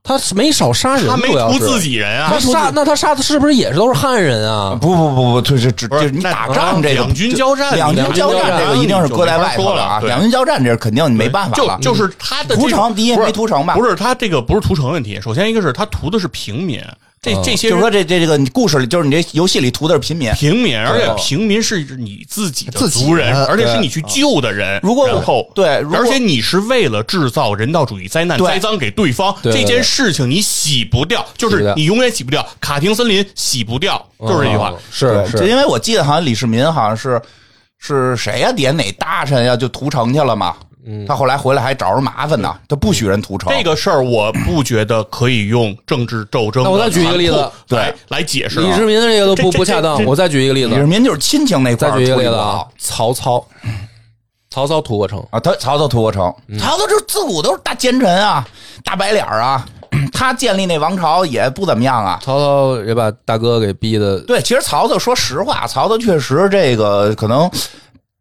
他没少杀人，他没主要屠是自己人啊他，杀那他杀的是不是也是都是汉人啊？不不不不，就是指不就是是你那打仗这个两军交战，两军交战这个一定是搁在外头说了了啊，对两军交战这肯定没办法了。嗯就就是他的这屠个城，第一不是没屠城吧？不是他这个不是屠城问题，首先一个是他屠的是平民，这这些哦就人是说这这这个你故事里，就是你这游戏里屠的是平民。平民，而哦且平民是你自己的自己族人，人而且是你去救的人。哦如果然后对如果而且你是为了制造人道主义灾难，对栽赃给对方对对这件事情，你洗不掉，就洗不是掉你永远洗不掉。卡廷森林洗不掉，哦就是这句话嗯。是就是因为我记得好像李世民好像是是谁呀、点哪大臣呀、就屠城去了嘛。他后来回来还找人麻烦呢，他不许人屠城。这个事儿，我不觉得可以用政治斗争的那我残酷。再举一个例子来来解释啊。李世民的这个都不这不恰这当。这我再举一个例李世子，民就是亲情那块再儿举一个处例理子不啊好，曹操，曹操屠过城，啊，他曹操屠过城，曹操这自古都是大奸臣啊，大白脸儿啊， 他建立那王朝也不怎么样啊。曹操也把大哥给逼的，对，其实曹操说实话，曹操确实这个可能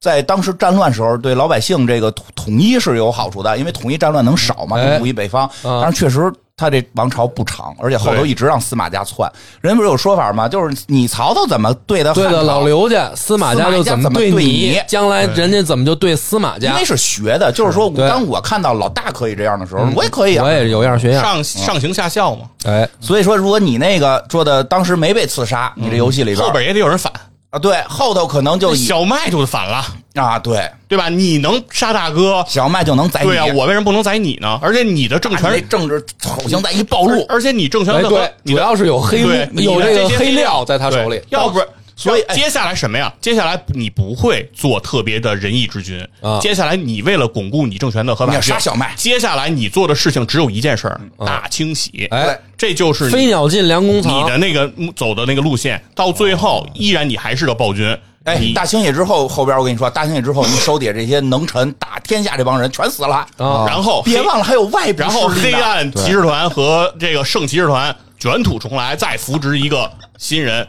在当时战乱时候对老百姓这个统统一是有好处的，因为统一战乱能少嘛，哎统一北方。嗯当然，确实他这王朝不长，而且后头对一直让司马家篡。人不是有说法吗？就是你曹操怎么对的对汉的，朝老。刘家司马家就司马家么怎么对你你，将来人家怎么就对司马因家为，是学的，就是说，对嗯当我看到老大可以这样的时候，我也可以啊我。也有样学样。上上行下效嘛，哎，所以说，如果你那个说的当时没被刺杀，你这嗯游戏里边后边也得有人反。啊，对，后头可能就以小麦就反了，啊，对，对吧？你能杀大哥，小麦就能哎宰你。对呀、我为什么不能宰你呢？而且你的政把你权这，政治口型再一暴而露，而且你政权哎，的对和，你主的要是有黑幕对你的有这个些黑料在他手里对，要不然。所以哎要接下来什么呀？接下来你不会做特别的仁义之君啊接下来你为了巩固你政权的合你法要性杀，小麦，接下来你做的事情只有一件事儿：大清洗。嗯哎，这就是飞你鸟尽，良弓藏你。的那个走的那个路线。到最啊后，依然你还是个暴君。哎你，大清洗之后，后边我跟你说，大清洗之后，你手底下这些能臣打天下这帮人全死了，啊然后别忘了还有外部然后势力黑呢暗骑士团和这个圣骑士团卷土重来，再扶植一个新人。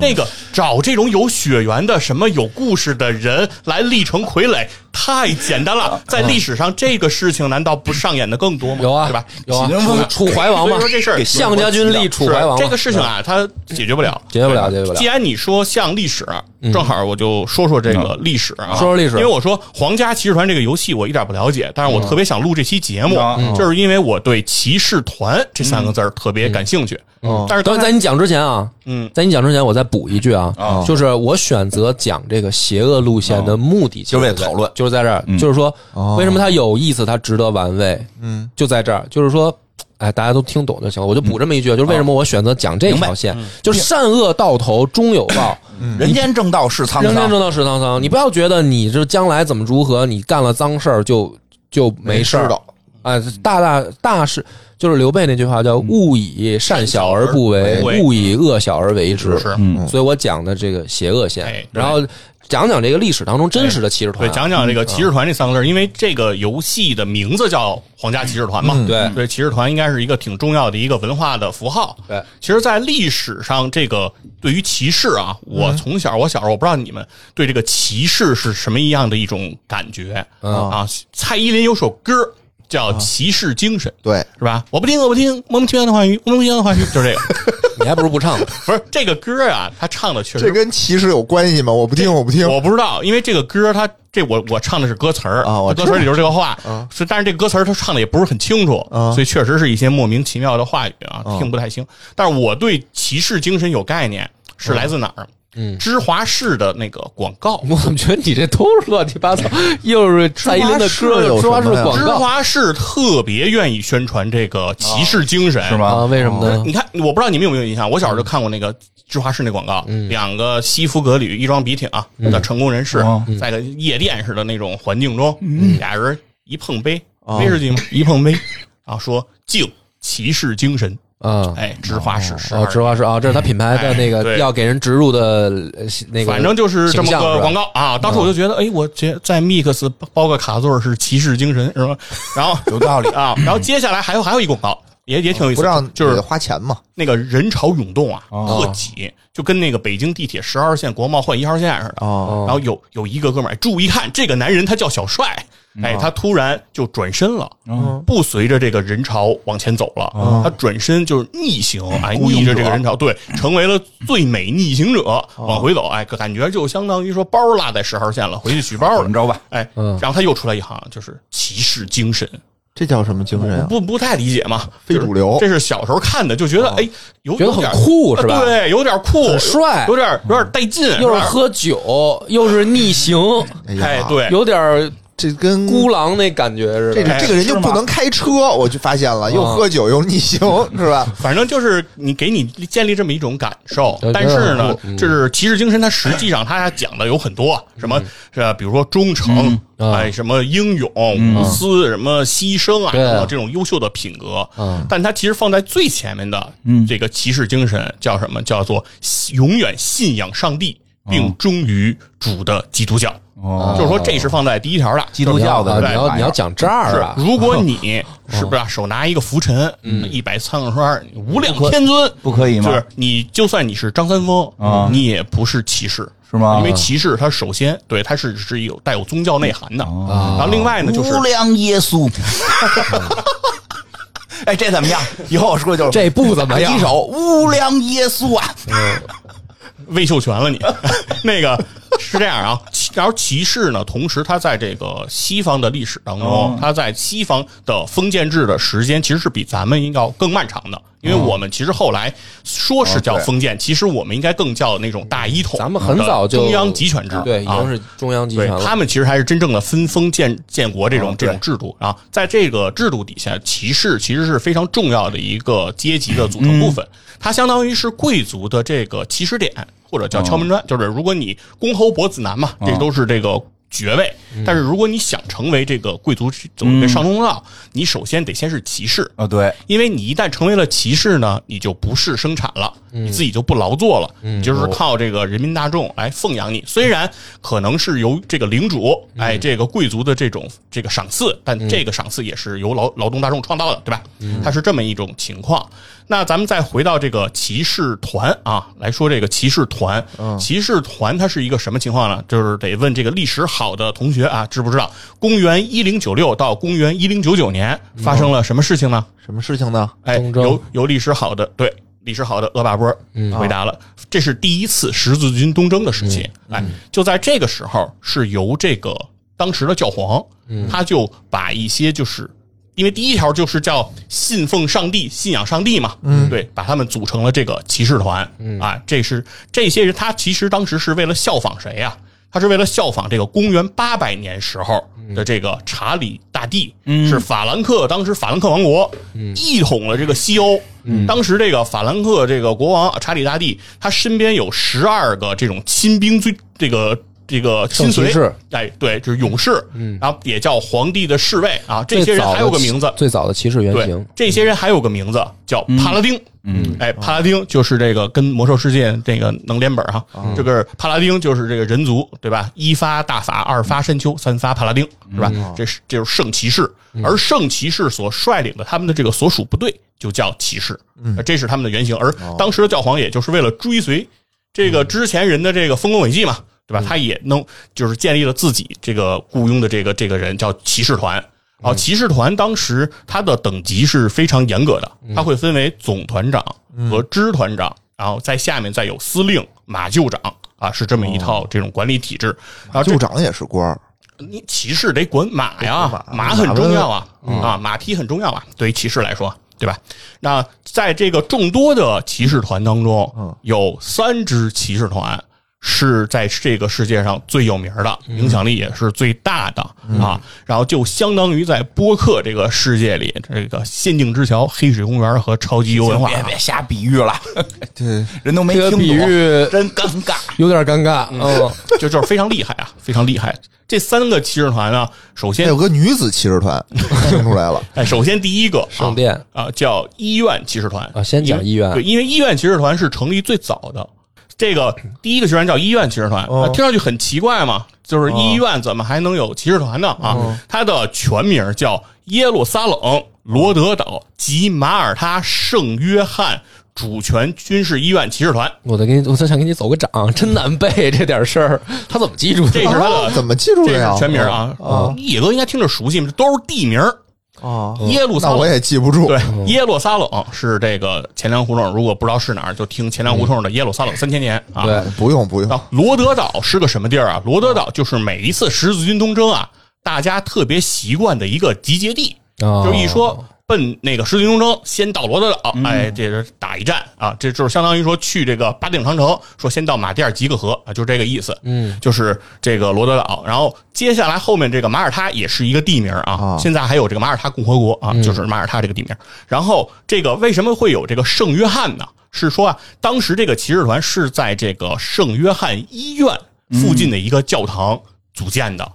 那个找这种有血缘的、什么有故事的人来历城傀儡，太简单了，在历史上这个事情难道不上演的更多吗？有啊，对吧？有啊启能峰，楚楚怀王嘛所以，说这事儿项家军立楚是怀王嘛，嗯这个事情啊，它解决不了，解决不了解决不了嗯既然你说像历史，正好我就说说这个历史啊，说说历史嗯因为我说《皇家骑士团》这个游戏我一点不了解，但是我特别想录这期节目嗯，就是因为我对“骑士团”这三个字儿嗯特别感兴趣。但是等刚才在你讲之前啊，嗯，哦在你讲之前，我再补一句啊，啊就是我选择讲这个邪恶路线的目的，就是为了在讨论就是在这嗯儿，就是说哦为什么它有意思，它值得玩味，嗯，就在这儿，就是说。哎，大家都听懂就行了。我就嗯补这么一句，就是为哦什么我选择讲这条线，就是善恶到头终有报，嗯嗯人间正道是沧人间桑，正道是沧桑。你不要觉得你这将来怎么如何，你干了脏事儿就就没事儿没事儿了。啊，大大大事就是刘备那句话叫“勿以善小而不为嗯善小而，不为勿以恶小而为之”。是嗯所以我讲的这个邪恶线哎，然后讲讲这个历史当中真实的骑士团对，。讲讲这嗯个骑士团这三个字儿，因为这个游戏的名字叫《皇家骑士团》嘛，嗯对对，骑士团应该是一个挺重要的一个文化的符号。对，其实，在历史上，这个对于骑士啊，嗯我从小我小时候我不知道你们对这个骑士是什么样的一种感觉、嗯啊啊。蔡依林有首歌叫《骑士精神》。对，是吧？我不听，我不听，莫名其妙的话语，莫名其妙的话语，就是这个。 你还不如不唱呢。不是这个歌啊，他唱的确实这跟骑士有关系吗？我不听，我不听。我不知道，因为这个歌它这我我唱的是歌词儿啊我它歌词儿里就是这个话，是但是这个歌词儿他唱的也不是很清楚，啊所以确实是一些莫名其妙的话语啊，听不太清。但是我对骑士精神有概念，是来自哪儿？嗯芝华士的那个广告，我怎么觉得你这都是乱七八糟，又是蔡依林的歌，又是芝华士广芝告华士特别愿意宣传这个骑士精神，是？啊？吗？哦为什么呢？你看，我不知道你们有没有印象，我小时候就看过那个芝华士那广告，两个西服革履、一装笔挺啊的成功人士哦，在个夜店似的那种环境中，俩人一碰杯，哦威士忌嘛，一碰杯， 然后说敬骑士精神，啊，哎，芝华士十哦，芝二。华士啊，这是他品牌的那哎个对要给人植入的呃那个，反正就是这么个广告。告啊！当时我就觉得，哎，我觉在 Mix 包个卡座是骑士精神，是吧？然后 有道 理，啊，然后接下来还有还有一广告，也也挺有意思，不让就是得花钱嘛，那个人潮涌动啊，哦特挤，就跟那个北京地铁十号线国贸换一号线似的。哦然后有有一个哥们儿，哎注意看，这个男人他叫小帅，嗯哎，他突然就转身了，不随着这个人潮往前走了，他转身就是逆行，哎，嗯孤勇逆着者这哦个人潮，对，成为了最美逆行者，往回走，哎，感觉就相当于说包落在十号线了，回去取包怎么了，着吧？哎，然后他又出来一行，就是骑士精神，这叫什么精神啊？不不太理解嘛，非主流就是这是小时候看的，就觉得哎，有哦觉得很有点酷啊是吧对，有点酷，很帅嗯有点有点带劲， 又是吧喝酒，又是逆行，哎哎呀，，对，嗯有点这跟孤狼那感觉似这的。个这个人就不能开车，我就发现了，又喝酒又逆行，是吧？ 反正就是你给你建立这么一种感受对，但是呢对，就是骑士精神，它实际上它讲的有很多，什么是比如说忠诚，嗯哎，什么英勇、无私，什么牺牲啊，对等等这种优秀的品格嗯。但它其实放在最前面的这个骑士精神叫什么？叫做永远信仰上帝，哦并忠于主的基督教。哦就是说，这是放在第一条的。基督教的啊你要玩你意儿要讲这儿啊是，，如果 嗯你是不是啊手拿一个拂尘，一百苍蝇刷，无量天尊，不可以吗就？是你，就算你是张三丰啊，你也不是骑士，是吗因为骑士他首先对他是是有带有宗教内涵的，哦然后另外呢就是无良耶稣。哎，这怎么样？以后我说就是这不怎哎么打样一。首无良耶稣啊，嗯魏秀全了你。 那个是这样啊，骑然后骑士呢，同时他在这个西方的历史当中哦，他在西方的封建制的时间其实是比咱们要更漫长的，因为哦我们其实后来说是叫哦对封建，其实我们应该更叫那种大一统，咱们很早就中央集权制，对，已啊经是中央集对权了。他们其实还是真正的分封建建国这种、哦这对种制度啊，在这个制度底下，骑士其实是非常重要的一个阶级的组成部分，嗯它相当于是贵族的这个起始点，或者叫敲哦门砖，就是如果你公侯伯子男嘛，这都是这个。爵位，嗯但是如果你想成为这个贵族，走一个上通道，你首先得先是骑士，啊，对，因为你一旦成为了骑士呢，你就不是生产了，你自己就不劳作了，你就是靠这个人民大众来奉养你。虽然可能是由这个领主，哎，这个贵族的这种这个赏赐，但这个赏赐也是由劳劳动大众创造的，对吧？它是这么一种情况。那咱们再回到这个骑士团啊，来说这个骑士团，骑士团它是一个什么情况呢？就是得问这个历史好的同学啊，知不知道公元一零九六到公元一零九九年发生了什么事情呢？什么事情呢？哎，东征有有历史好的，对历史好的鄂坝波儿回答了，这是第一次十字军东征的时期。哎，就在这个时候，是由这个当时的教皇，他就把一些就是。因为第一条就是叫信奉上帝、信仰上帝嘛，嗯，对，把他们组成了这个骑士团，嗯啊，这是这些人，他其实当时是为了效仿谁啊呀、他是为了效仿这个公元八百年时候嗯的这个查理大帝，是法兰克当时法兰克王国、嗯一统了这个西欧。当时这个法兰克这个国王查理大帝，他身边有十二个这种亲兵最这个。这个亲圣骑随士，嗯哎，对，就是勇士，然后也叫皇帝的侍卫啊，这些人还有个名字，最早的骑士原对型，，这些人还有个名字叫帕拉丁。嗯，哎，帕拉丁就是这个跟魔兽世界这个能连本儿哈、啊这个帕拉丁就是这个人族对吧？一发大法，二发山丘，三发帕拉丁嗯是吧？啊这是这就是圣骑士，而圣骑士所率领的他们的这个所属部队就叫骑士，嗯呃这是他们的原型。而哦当时的教皇也就是为了追随这个之前人的这个丰功伟绩嘛，对吧？他也能就是建立了自己这个雇佣的这个这个人叫骑士团。然后骑士团当时它的等级是非常严格的，它会分为总团长和支团长，然后在下面再有司令、马厩长啊，是这么一套这种管理体制。然啊后这酋长也是官儿，你骑士得管马呀得管，马嗯马很重要啊，啊，马匹很重要啊，对于骑士来说，对吧？那在这个众多的骑士团当嗯中，有三支骑士团是在这个世界上最有名的，嗯影响力也是最大的啊。然后就相当于在播客这个世界里，这个《仙境之桥》《黑水公园》和《超级游啊文化》别别瞎比 喻了，对， 人都没这个听懂，比喻 真尴尬。有点尴尬。嗯，就就是非常厉害啊，非常厉害。这三个骑士团呢，首还先有个女子骑士团，听出来了，哎，首先第一个圣啊殿啊，叫医院骑士团啊先讲医院因为对，因为医院骑士团是成立最早的。这个第一个居然叫医院骑士团，哦啊听上去很奇怪嘛，就是医院怎么还能有骑士团呢？啊，哦它的全名叫耶路撒冷罗德岛及马耳他圣约翰主权军事医院骑士团，我再给你，我再想给你走个掌，真难背这点事儿，他怎么记住这的？是它啊的怎么记住这的呀？是全名啊，哦野哥应该听着熟悉嘛，这都是地名儿。啊，哦耶路撒那冷我也记不住。对，耶路撒冷是这个前粮胡同，如果不知道是哪儿，就听前粮胡同的耶路撒冷三千年啊。对，不用不然用后，罗德岛是个什么地儿啊？罗德岛就是每一次十字军东征啊，大家特别习惯的一个集结地。哦就一说奔那个十字军东征，先到罗德岛，哎，这是打一战啊，这就是相当于说去这个八定长城，说先到马迭尔集个河啊，就这个意思。嗯，就是这个罗德岛，然后接下来后面这个马耳他也是一个地名啊，现在还有这个马耳他共和国啊，就是马耳他这个地名。然后这个为什么会有这个圣约翰呢？是说啊，当时这个骑士团是在这个圣约翰医院附近的一个教堂组建的。哦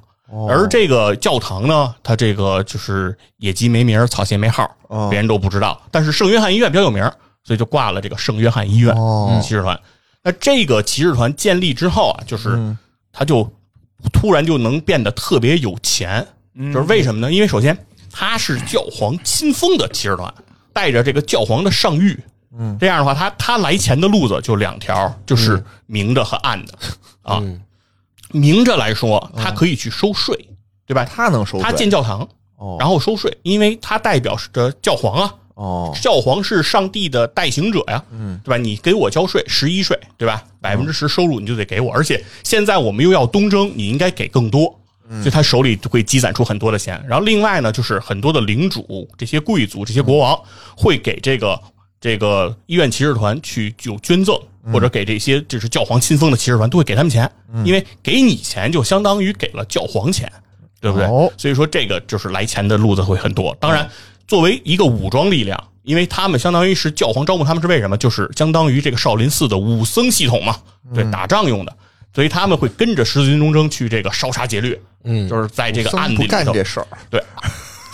而这个教堂呢，它这个就是野鸡没名儿，草鞋没号儿，哦别人都不知道。但是圣约翰医院比较有名儿，所以就挂了这个圣约翰医院哦嗯骑士团。那这个骑士团建立之后啊，嗯就是他就突然就能变得特别有钱，就是为什么呢？因为首先他是教皇亲封的骑士团，带着这个教皇的上谕。嗯，这样的话，他他来钱的路子就两条，嗯就是明着和暗的啊。明着来说，他可以去收税，对吧？他能收他税建教堂，哦然后收税，因为他代表着教皇啊，哦，教皇是上帝的代行者呀，嗯，对吧？你给我交税，十一税，对吧？百分之十收入你就得给我，而且现在我们又要东征，你应该给更多。所以他手里就会积攒出很多的钱。然后另外呢，就是很多的领主、这些贵族、这些国王会给这个这个医院骑士团去有捐赠，或者给这些就是教皇亲封的骑士团都会给他们钱，因为给你钱就相当于给了教皇钱，对不对？哦所以说这个就是来钱的路子会很多。当然，作为一个武装力量，因为他们相当于是教皇招募他们是为什么？就是相当于这个少林寺的武僧系统嘛，嗯对，打仗用的。所以他们会跟着十字军东征去这个烧杀劫掠，嗯，就是在这个暗地不里干头，这事儿嗯对，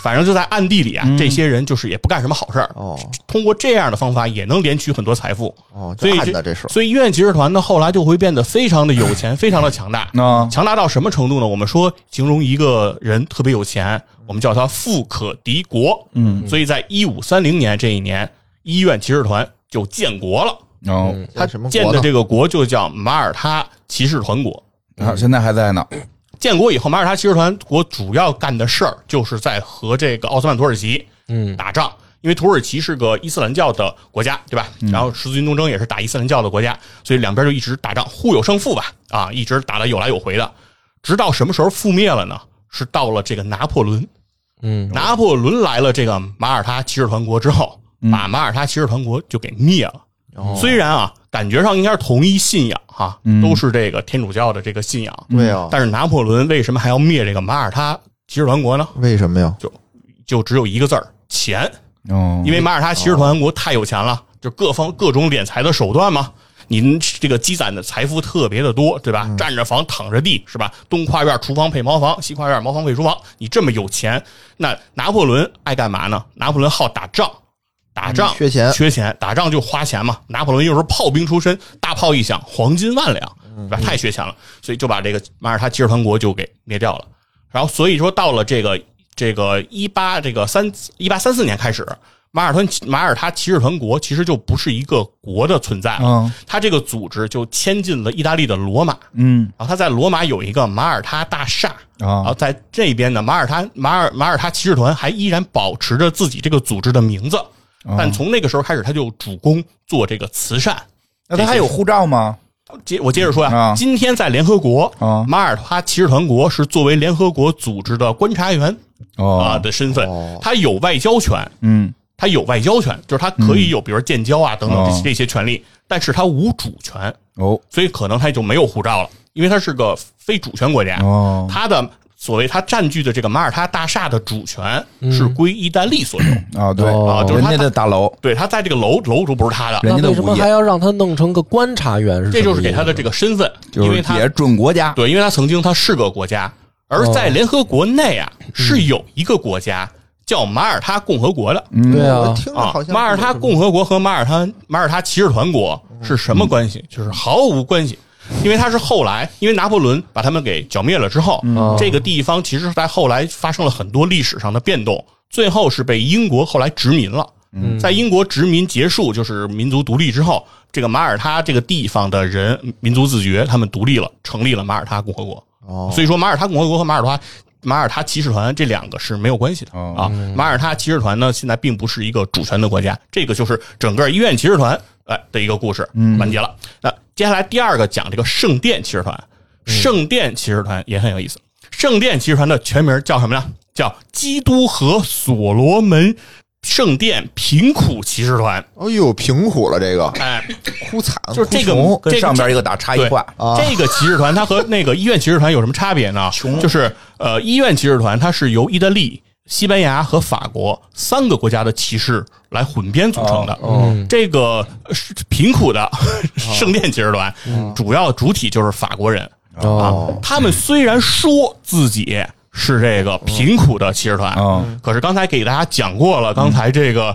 反正就在暗地里啊，这些人就是也不干什么好事儿，哦通过这样的方法也能敛取很多财富。哦，所就以暗的这事儿所以医院骑士团呢，后来就会变得非常的有钱，非常的强大。啊强大到什么程度呢？我们说形容一个人特别有钱，我们叫他富可敌国。嗯，所以在一五三零年这一年，医院骑士团就建国了。嗯然后他什么建国的呢？这个国就叫马耳他骑士团国。然后现在还在呢，建国以后，马耳他骑士团国主要干的事儿就是在和这个奥斯曼土耳其嗯打仗，因为土耳其是个伊斯兰教的国家，对吧？嗯然后十字军东征也是打伊斯兰教的国家，所以两边就一直打仗，互有胜负吧，啊，一直打得有来有回的，直到什么时候覆灭了呢？是到了这个拿破仑，嗯拿破仑来了这个马耳他骑士团国之后，嗯把马耳他骑士团国就给灭了。哦虽然啊，感觉上应该是同一信仰哈、嗯都是这个天主教的这个信仰，对啊，但是拿破仑为什么还要灭这个马耳他骑士团国呢？为什么呀？就只有一个字儿：钱。嗯哦因为马耳他骑士团国太有钱了，就各方各种敛财的手段嘛。您这个积攒的财富特别的多，对吧？站着房，躺着地，是吧？东跨院厨房配茅房，西跨院茅房配厨房。你这么有钱，那拿破仑爱干嘛呢？拿破仑好打仗，打仗、嗯缺钱缺钱，打仗就花钱嘛。拿破仑又是炮兵出身，大炮一响，黄金万两，嗯对吧？太缺钱了，所以就把这个马耳他骑士团国就给灭掉了。然后所以说到了这个这个一八这个三一八三四年开始，马耳团马耳他骑士团国其实就不是一个国的存在了，嗯它这个组织就迁进了意大利的罗马，嗯然后它啊在罗马有一个马耳他大厦。然后啊在这边呢，马耳他马耳马耳他骑士团还依然保持着自己这个组织的名字，啊但从那个时候开始，他就主攻做这个慈善。那他还有护照吗？接我接着说呀、啊今天在联合国，啊马耳他骑士团国是作为联合国组织的观察员啊哦，的身份哦，他有外交权，嗯他有外交权，就是他可以有比如说建交啊等等这哦些这些权利，但是他无主权，哦所以可能他就没有护照了，因为他是个非主权国家。哦他的所谓他占据的这个马耳他大厦的主权嗯是归意大利所有，啊对哦就是人他家的大楼，对他在这个楼楼都不是他的，人那家的为什物么还业要让他弄成个观察员？是这就什是么给意思他的这个身份，就因为是他也是哦准国家对，因为他曾经他是个国家，而在联合国内啊、嗯是有一个国家叫马耳他共和国的。对啊我，听着啊好，像马耳他共和国和马耳他马耳他骑士团国嗯是什么关系？就是毫无关系，因为它是后来，因为拿破仑把他们给剿灭了之后，这个地方其实在后来发生了很多历史上的变动，最后是被英国后来殖民了。嗯在英国殖民结束，就是民族独立之后，这个马耳他这个地方的人民族自觉，他们独立了，成立了马耳他共和国。哦，所以说马耳他共和国和马耳他马耳他骑士团这两个是没有关系的、哦啊。马耳他骑士团呢，现在并不是一个主权的国家，这个就是整个医院骑士团哎的一个故事，嗯完结了。那接下来第二个讲这个圣殿骑士团，嗯圣殿骑士团也很有意思。圣殿骑士团的全名叫什么呢？叫基督和所罗门圣殿贫苦骑士团。哎呦，贫苦了这个，哎，哭惨，就是这个哭穷跟这个上边一个打差异化，啊这个骑士团它和那个医院骑士团有什么差别呢？就是呃，医院骑士团它是由意大利、西班牙和法国三个国家的骑士来混编组成的。这个呃是贫苦的 圣殿骑士团，主要主体就是法国人。哦，啊他们虽然说自己是这个贫苦的骑士团，嗯哎可是刚才给大家讲过了，刚才这个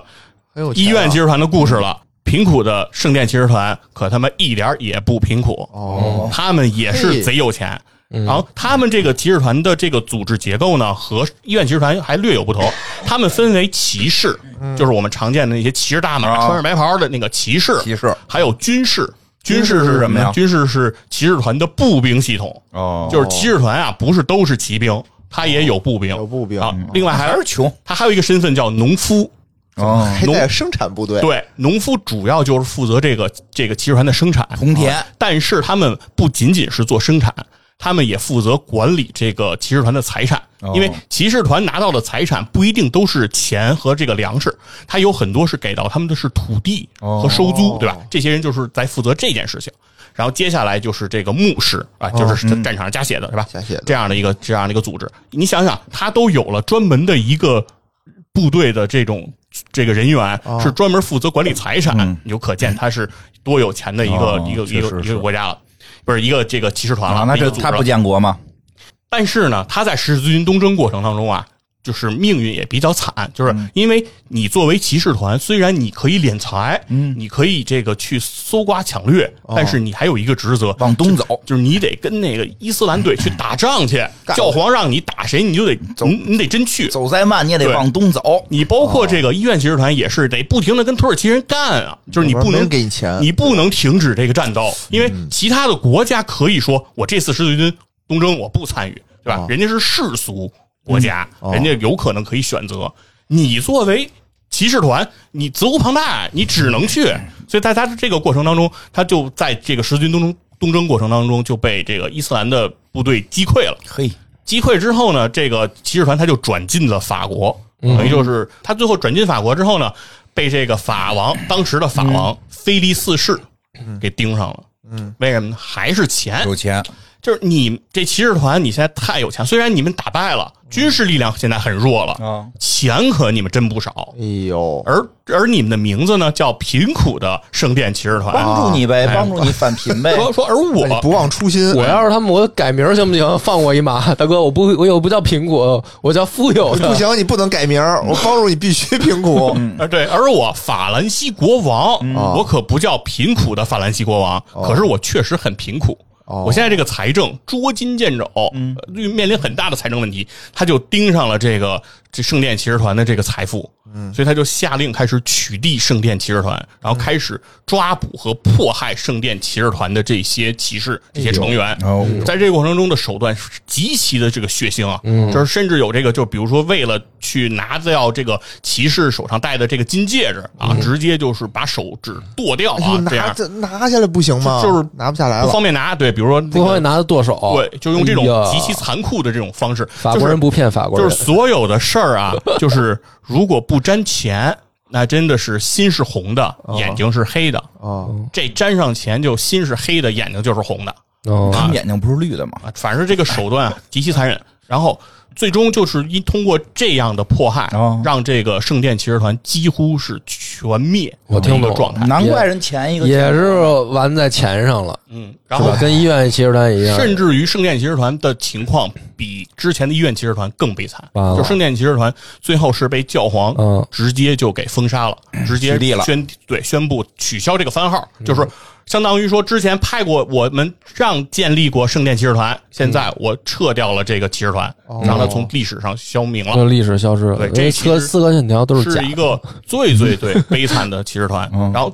很有钱啊医院骑士团的故事了。嗯贫苦的圣殿骑士团可他妈一点儿也不贫苦哦，他们也是贼有钱。嗯然后他们这个骑士团的这个组织结构呢，和医院骑士团还略有不嗯同。他们分为骑士，就是我们常见的那些骑士大马、啊穿着白袍的那个骑士，骑士还有军事。军事是什么呀？军事是骑士团的步兵系统，哦就是骑士团啊，不是都是骑兵，他也有步兵，有步兵啊。另外还还是穷他还有一个身份叫农夫，哦，还在生产部队，对，农夫主要就是负责这个这个骑士团的生产红田啊但是他们不仅仅是做生产，他们也负责管理这个骑士团的财产，哦因为骑士团拿到的财产不一定都是钱和这个粮食，它有很多是给到他们的是土地和收租，对吧？这些人就是在负责这件事情。然后接下来就是这个牧师啊，就是战场上加血的是吧？加血的这样的一个这样的一个组织，你想想，他都有了专门的一个部队的这种这个人员哦是专门负责管理财产，你就可见他是多有钱的一个、嗯哦一个是一是个是一个国家了，不是一个这个骑士团了。啊，那一个这组织他了不建国 吗？但是呢，他在十字军东征过程当中啊，就是命运也比较惨，就是嗯因为你作为骑士团，虽然你可以敛财，嗯，你可以这个去搜刮抢掠，哦但是你还有一个职责，往东走，就是你得跟那个伊斯兰队去打仗去，教皇让你打谁，你就得你你得真去。走再慢你也得对往东走。你包括这个医院骑士团也是得不停的跟土耳其人干啊，就是你要不不然能没给你钱嗯你不能停止这个战斗，因为其他的国家可以说我这次十字军东征我不参与，对吧？哦人家是世俗国家，嗯哦人家有可能可以选择。你作为骑士团，你责无旁贷，你只能去。嗯所以在他这个过程当中，他就在这个十字军东征东征过程当中就被这个伊斯兰的部队击溃了。嘿，击溃之后呢，这个骑士团他就转进了法国，等于就是他最后转进法国之后呢，被这个法王当时的法王菲利四世给盯上了。嗯，为什么呢？还是钱，有钱，就是你这骑士团你现在太有钱，虽然你们打败了，军事力量现在很弱了，啊钱可你们真不少。哎呦，而而你们的名字呢，叫贫苦的圣殿骑士团。帮助你呗，啊帮哎助你返贫 呗。说说，而那你我哎不忘初心，哎我要是他们，我改名儿行不行？ 放我一马，大哥，我不，我又不叫苹果，我叫富有的。不行，你不能改名儿，我帮助你必须贫苦。嗯啊，对，而我法兰西国王，我可不叫贫苦的法兰西国王，可是我确实很贫苦。哦我现在这个财政捉襟见肘，嗯，面临很大的财政问题，他就盯上了这个这圣殿骑士团的这个财富，嗯，所以他就下令开始取缔圣殿骑士团，然嗯后开始抓捕和迫害圣殿骑士团的这些骑士、哎这些成员，哦在这个过程中的手段是极其的这个血腥啊，嗯就是甚至有这个，就比如说为了去拿掉这个骑士手上戴的这个金戒指啊，嗯直接就是把手指剁掉哎啊，呦，这拿样这拿下来不行吗？就是拿不下来不了。方便拿。对，比如说那个不会拿得剁手，对，就用这种哎呀极其残酷的这种方式，法国人不骗法国就是人，就是所有的事儿啊，就是如果不沾钱，那真的是心是红的，眼睛是黑的。啊，这沾上钱就心是黑的，眼睛就是红的。哦他们眼睛不是绿的吗？啊，反正这个手段啊极其残忍。然后最终就是因通过这样的迫害，哦让这个圣殿骑士团几乎是全灭我这听么一个懂状态。难怪人前一个也是玩在钱上了，嗯，然是后吧？跟医院骑士团一样，甚至于圣殿骑士团的情况比之前的医院骑士团更悲惨。完了就圣殿骑士团最后是被教皇嗯直接就给封杀了，直接取缔了宣对宣布取消这个番号，嗯就是相当于说之前派过我们让建立过圣殿骑士团，现在嗯我撤掉了这个骑士团，哦让它从历史上消明了。这历史消失了，对因这为其科实四个线嗯条都是假一的，嗯个最最最悲惨的骑士团。然后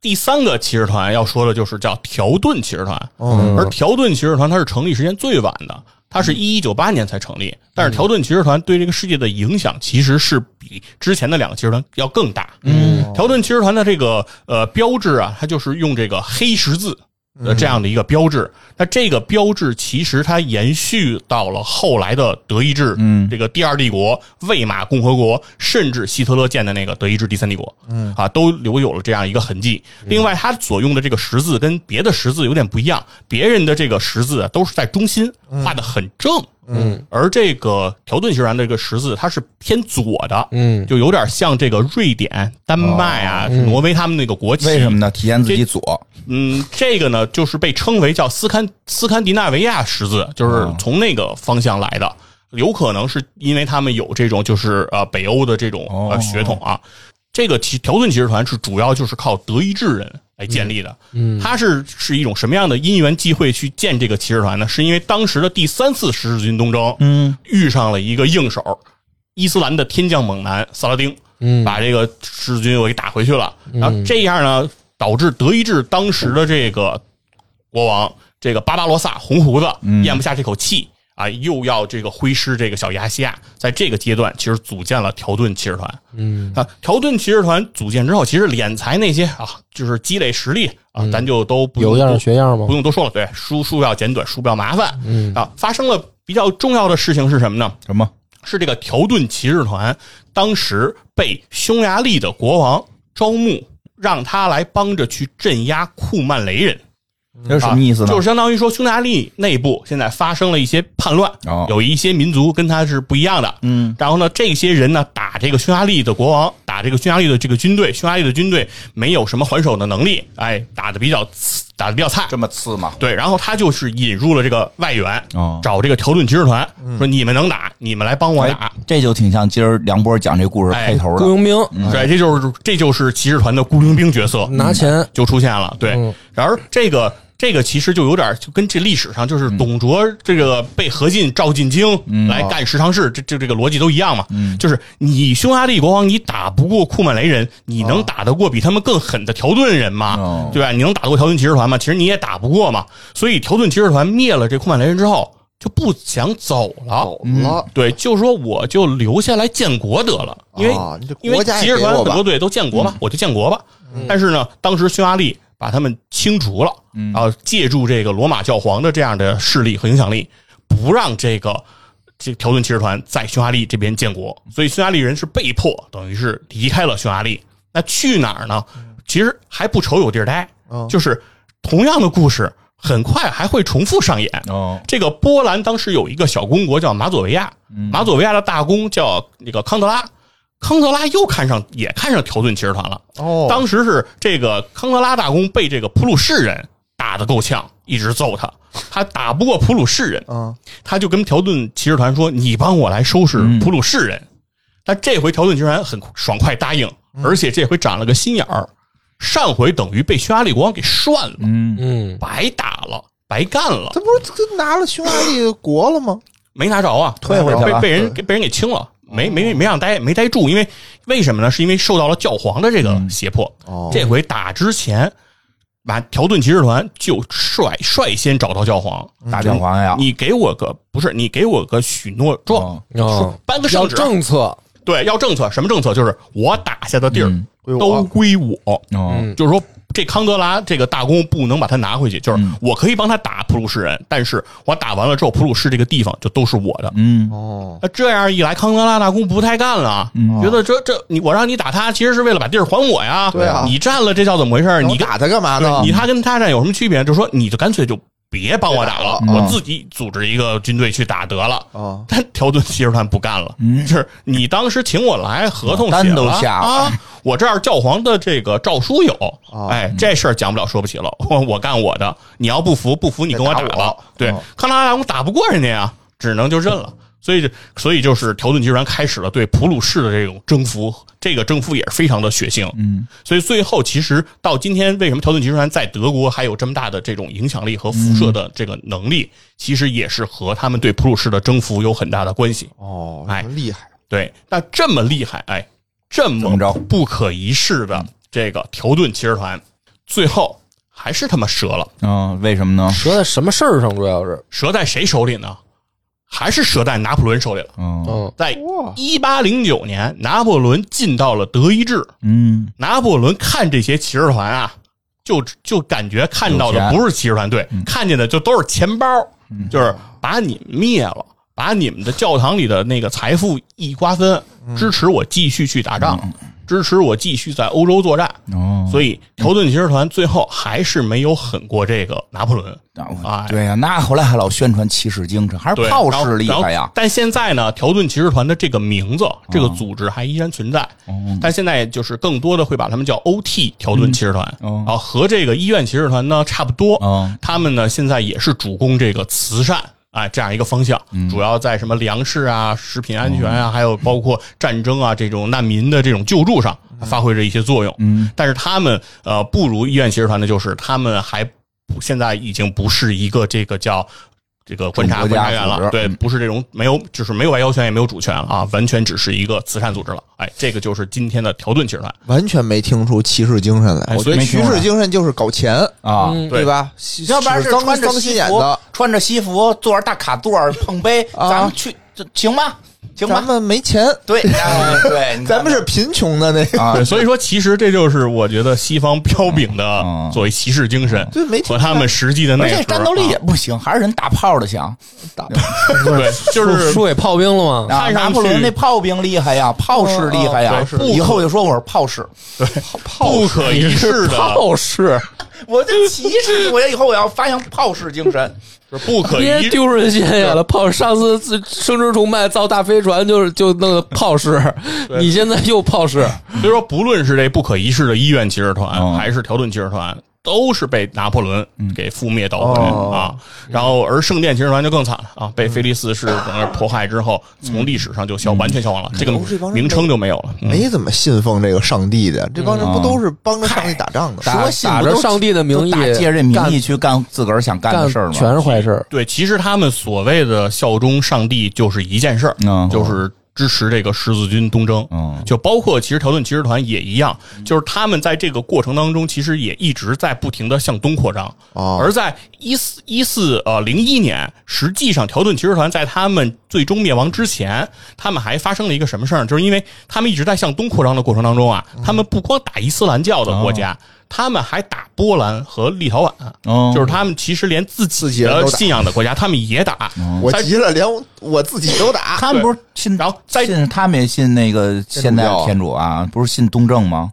第三个骑士团要说的就是叫条顿骑士团，嗯而条顿骑士团它是成立时间最晚的，它是一一九八年才成立。但是条顿骑士团对这个世界的影响其实是比之前的两个骑士团要更大。嗯，条顿骑士团的这个呃标志啊，它就是用这个黑十字。的这样的一个标志，那这个标志其实它延续到了后来的德意志，嗯，这个第二帝国、魏玛共和国，甚至希特勒建的那个德意志第三帝国，嗯，啊，都留有了这样一个痕迹。另外，它所用的这个十字跟别的十字有点不一样，别人的这个十字啊都是在中心画的很正，嗯，而这个条顿学然这个十字它是偏左的，嗯，就有点像这个瑞典、丹麦啊、挪威他们那个国旗，为什么呢？体现自己左，嗯，这个呢，就是被称为叫斯堪斯堪的纳维亚十字，就是从那个方向来的。有可能是因为他们有这种就是呃北欧的这种呃哦血统啊。这个其条顿骑士团是主要就是靠德意志人来建立的。嗯，它是是一种什么样的因缘际会去建这个骑士团呢？是因为当时的第三次十字军东征，嗯，遇上了一个硬手，伊斯兰的天降猛男萨拉丁，嗯把这个十字军我给打回去了。然后这样呢，导致德意志当时的这个国王，这个巴巴罗萨红胡子咽不下这口气啊，又要这个挥师这个小亚细亚。在这个阶段，其实组建了条顿骑士团。嗯啊，条顿骑士团组建之后，其实敛财那些啊，就是积累实力啊，咱就都不嗯用有样多学样吗不？用多说了，对，书书要简短，书不要麻烦。嗯啊，发生了比较重要的事情是什么呢？什么？是这个条顿骑士团当时被匈牙利的国王招募，让他来帮着去镇压库曼雷人。这是什么意思呢？嗯啊就是相当于说，匈牙利内部现在发生了一些叛乱，哦有一些民族跟他是不一样的。嗯，然后呢，这些人呢打这个匈牙利的国王，打这个匈牙利的这个军队，匈牙利的军队没有什么还手的能力，哎，打的比较打的比较菜，这么次吗？对，然后他就是引入了这个外援，哦嗯找这个条顿骑士团，说你们能打，你们来帮我打哎。，这就挺像今儿梁波讲这故哎事开头雇的。佣兵对，这就是这就是骑士团的雇佣兵角色嗯拿钱，就出现了。对嗯，然而这个这个其实就有点就跟这历史上就是嗯董卓这个被何进召进京来啊干十常侍，这这这个逻辑都一样嘛。嗯就是你匈牙利国王你打不过库曼雷人，你哦能打得过比他们更狠的条顿人吗哦？对吧？你能打得过条顿骑士团吗？其实你也打不过嘛。所以条顿骑士团灭了这库曼雷人之后。就不想走哦了。走了，对，就说我就留下来建国得了，因为、啊你这因为国家也吉尔给团我很吧嗯多队都建国嘛，我就建国吧。但是呢，当时匈牙利把他们清除了，然后借助这个罗马教皇的这样的势力和影响力，不让这个这条顿骑士团在匈牙利这边建国，所以匈牙利人是被迫等于是离开了匈牙利。那去哪儿呢？嗯其实还不愁有地儿待，就是同样的故事，很快还会重复上演。哦，这个波兰当时有一个小公国叫马佐维亚，嗯马佐维亚的大公叫那个康德拉，康德拉又看上也看上条顿骑士团了。哦嗯当时是这个康德拉大公被这个普鲁士人打得够呛，一直揍他，他打不过普鲁士人，嗯，他就跟条顿骑士团说：“你帮我来收拾嗯普鲁士人。那这回条顿骑士团很爽快答应，嗯而且这回长了个心眼儿，上回等于被匈牙利国王给涮了，嗯，嗯，白打了，白干了。这不是这拿了匈牙利的国了吗？没拿着啊，退回去被了被人给被人给清了，哦没没没让待没待住，因为为什么呢？是因为受到了教皇的这个嗯胁迫。哦这回打之前，把条顿骑士团就率率先找到教皇，大教皇嗯呀，嗯你给我个不是，你给我个许诺状哦，哦，颁个要圣旨，啊政策，对，要政策，什么政策？就是我打下的地儿嗯归我都归我，哦，就是说。这康德拉这个大公不能把他拿回去，就是嗯我可以帮他打普鲁士人，但是我打完了之后，普鲁士这个地方就都是我的。嗯，哦，那这样一来，康德拉大公不太干了啊，觉得这这你我让你打他，其实是为了把地儿还我呀。对啊你占了这叫怎么回事？那我你跟打他干嘛呢对？你他跟他占有什么区别？就说你就干脆就别帮我打了，别打了我嗯自己组织一个军队去打得了。啊，但条顿骑士团不干了，就是你当时请我来，合同单写都了下了啊，我这儿教皇的这个诏书有，哦哎，这事儿讲不了说不起了，我我干我的，你要不服不服你跟我打打吧我，对哦，康拉拉我打不过人家呀，只能就认了。所以就，所以就是条顿集团开始了对普鲁士的这种征服，这个征服也是非常的血腥。嗯，所以最后其实到今天，为什么条顿集团在德国还有这么大的这种影响力和辐射的这个能力，其实也是和他们对普鲁士的征服有很大的关系。哦，哎厉害，对，那这么厉害，哎，这怎么着不可一世的这个条顿骑士团，最后还是他妈折了。嗯，为什么呢？折在什么事儿上？主要是，折在谁手里呢？还是折在拿破仑手里了。嗯嗯在哇一八零九年，拿破仑进到了德意志。嗯，拿破仑看这些骑士团啊，就就感觉看到有的钱嗯不是骑士团队，看见的就都是钱包，就是把你们灭了，把你们的教堂里的那个财富一瓜分，支持我继续去打仗，嗯支持我继续在欧洲作战。哦，所以条顿骑士团最后还是没有狠过这个拿破仑。哎对呀，啊那后来还老宣传骑士精神，还是对，炮然后士厉害然呀啊后。但现在呢，条顿骑士团的这个名字，这个组织还依然存在，哦但现在就是更多的会把他们叫 OT 条顿骑士团，哦然后和这个医院骑士团呢差不多。哦他们呢现在也是主攻这个慈善。哎，这样一个方向，嗯主要在什么粮食啊、食品安全哦啊，还有包括战争啊这种难民的这种救助上嗯发挥着一些作用。嗯，但是他们呃不如医院骑士团的，就是他们还不现在已经不是一个这个叫这个观察中国家观察员组了织，嗯对，不是这种没有，就是没有外交权，也没有主权了啊，完全只是一个慈善组织了。哎，这个就是今天的条顿骑士团。完全没听出骑士精神来。哎我觉所得以骑士精神就是搞钱，啊，嗯对吧？要不然是脏穿着脏心西眼服的，，穿着西服坐着大卡座儿碰杯，啊咱们去这行吗？行咱吗？们没钱，对，哎 对，你看咱们是贫穷的那个，啊 对，，所以说其实这就是我觉得西方标炳的嗯作为骑士精神对没听和他们实际的内而核且啊。战斗力也不行，啊还是人打炮的强。对，就是输给炮兵了吗？啊看上去拿破仑那炮兵厉害呀，炮士厉害哦呀哦对，以后就说我是炮士，不可一世的，炮士，我这骑士，我以后我要发扬炮士精 神。不可一 别世丢人现眼了。炮上次自生殖崇拜造大飞船，就是就那个炮士， 你现在又炮士，所以说，不论是这不可一世的医院骑士团，嗯还是条顿骑士团，都是被拿破仑给覆灭倒回、哦啊。然后，而圣殿骑士团就更惨了啊，被菲利四世等人迫害之后，从历史上就消、完全消亡了，这个哦这帮人名称就没有了。嗯哎没怎么信奉这个上帝的。这帮人不都是帮着上帝打仗的？说信不都打着上帝的名义都打借这名干义去干自个儿想干干的事儿吗？全是坏事儿。对，其实他们所谓的效忠上帝，就是一件事儿，嗯就是支持这个十字军东征。嗯就包括其实条顿骑士团也一样，嗯就是他们在这个过程当中，其实也一直在不停的向东扩张。哦而在一四一四呃零一年，实际上条顿骑士团在他们最终灭亡之前，他们还发生了一个什么事儿呢？就是因为他们一直在向东扩张的过程当中啊，嗯他们不光打伊斯兰教的国家，哦他们还打波兰和立陶宛。嗯，就是他们其实连自己人的都打信仰的国家，他们也打。我在急了，连我我自己都 打。他们不是信，然后在信他们也信那个现代天主啊，不是信东正吗？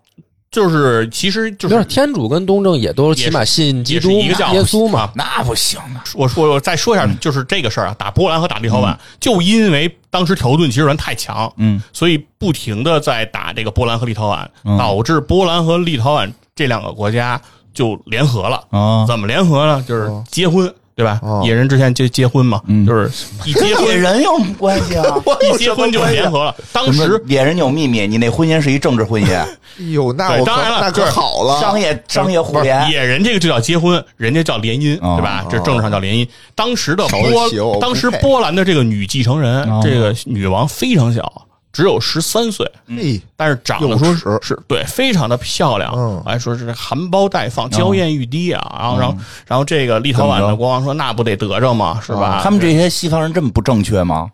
就是其实就就是是天主跟东正也都起码信基也督是嘛、一个教耶稣嘛。啊那不行啊，我说我再说一下，嗯就是这个事儿啊，打波兰和打立陶宛，就因为当时条顿骑士团太强，嗯，所以不停的在打这个波兰和立陶宛，嗯导致波兰和立陶宛这两个国家就联合了。啊，怎么联合呢？就是哦结婚，对吧？哦野人之前就结婚嘛，嗯就是一 结野婚人有关系 啊？一结婚就联合了。当什么时野人有秘密？你那婚姻是一政治婚姻， 哎呦，那对我当然了可那就可是好了，商业商业互联。野人这个就叫结婚，人家叫联姻，哦对吧？这政治上叫联姻。当时的瞧得起我波，当时不配波兰的这个女继承人哦，这个女王非常小，只有十三岁，哎，但是长又得说齿嗯是对，非常的漂亮，嗯哎，说是含苞待放，娇哦艳欲滴啊。然后，然后，嗯然后这个立陶宛怎么的着哦国王说：“那不得得着吗？是吧？他们这些西方人这么不正确吗？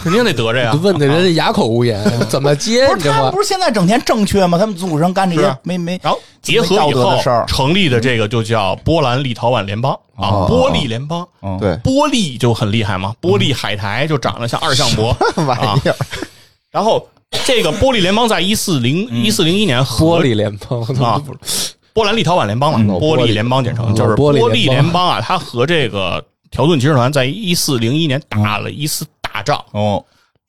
肯定得得着呀。就”问的人家哑口无言，怎么接啊不你是这他们话？不是现在整天正确吗？他们祖上干这是些啊没没然后结没合道以德后的事儿哦成立的这个就叫波兰立陶宛联邦啊，波利联邦。嗯对，波利就很厉害嘛，嗯波利海苔就长得像二向 箔，啊玩意儿，然后这个波利联邦在一四零一四零一年嗯玻和璃嗯联邦啊，波兰立陶宛联邦嘛，波利联邦简称就是波利嗯联邦波利联邦啊，它和这个条顿骑士团在一四零一年打了一次大仗，哦，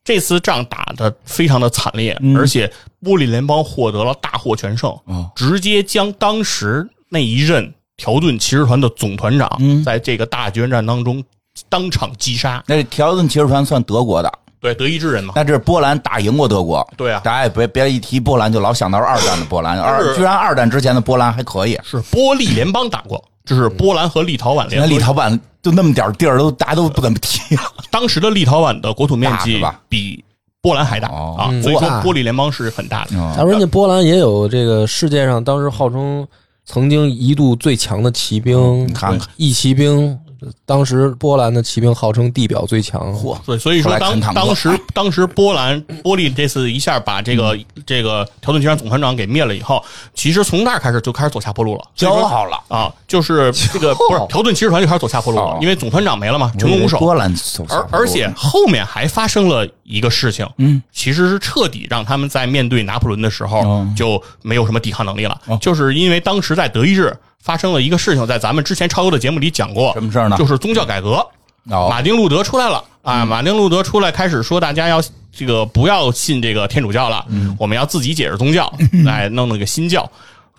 这次仗打得非常的惨烈，而且波利联邦获得了大获全胜，嗯哦直接将当时那一任条顿骑士团的总团长，嗯在这个大决战当中当场击杀，那条顿骑士团算德国的，对，德意志人嘛，那这是波兰打赢过德国。对啊大家也别别一提波兰就老想到是二战的波兰，是二居然二战之前的波兰还可以，是波利联邦打过，就是波兰和立陶宛联嗯那合立陶宛就那么点儿地儿都大家都不怎么提啊。当时的立陶宛的国土面大是积吧比波兰还大哦啊，嗯所以哇说波利联邦是很大的。 他说人家波兰也有这个世界上当时号称曾经一度最强的骑兵，嗯看看一骑兵，当时波兰的骑兵号称地表最强。嚯，对，所以后说来当砍坦克 当时当时波兰波利这次一下把这个、嗯这个条顿骑士团总团长给灭了以后，其实从那儿开始就开始走下坡路了，骄所以说傲了，啊，就是这个不是条顿骑士团就开始走下坡路了哦，因为总团长没了嘛，成功无首。波兰首而而且后面还发生了一个事情，嗯，其实是彻底让他们在面对拿破仑的时候哦就没有什么抵抗能力了哦，就是因为当时在德意志发生了一个事情，在咱们之前超哥的节目里讲过什，么事儿呢？就是宗教改革，哦嗯马丁路德出来了啊，马丁路德出来开始说大家要这个不要信这个天主教了，嗯我们要自己解释宗教，来弄那个新教。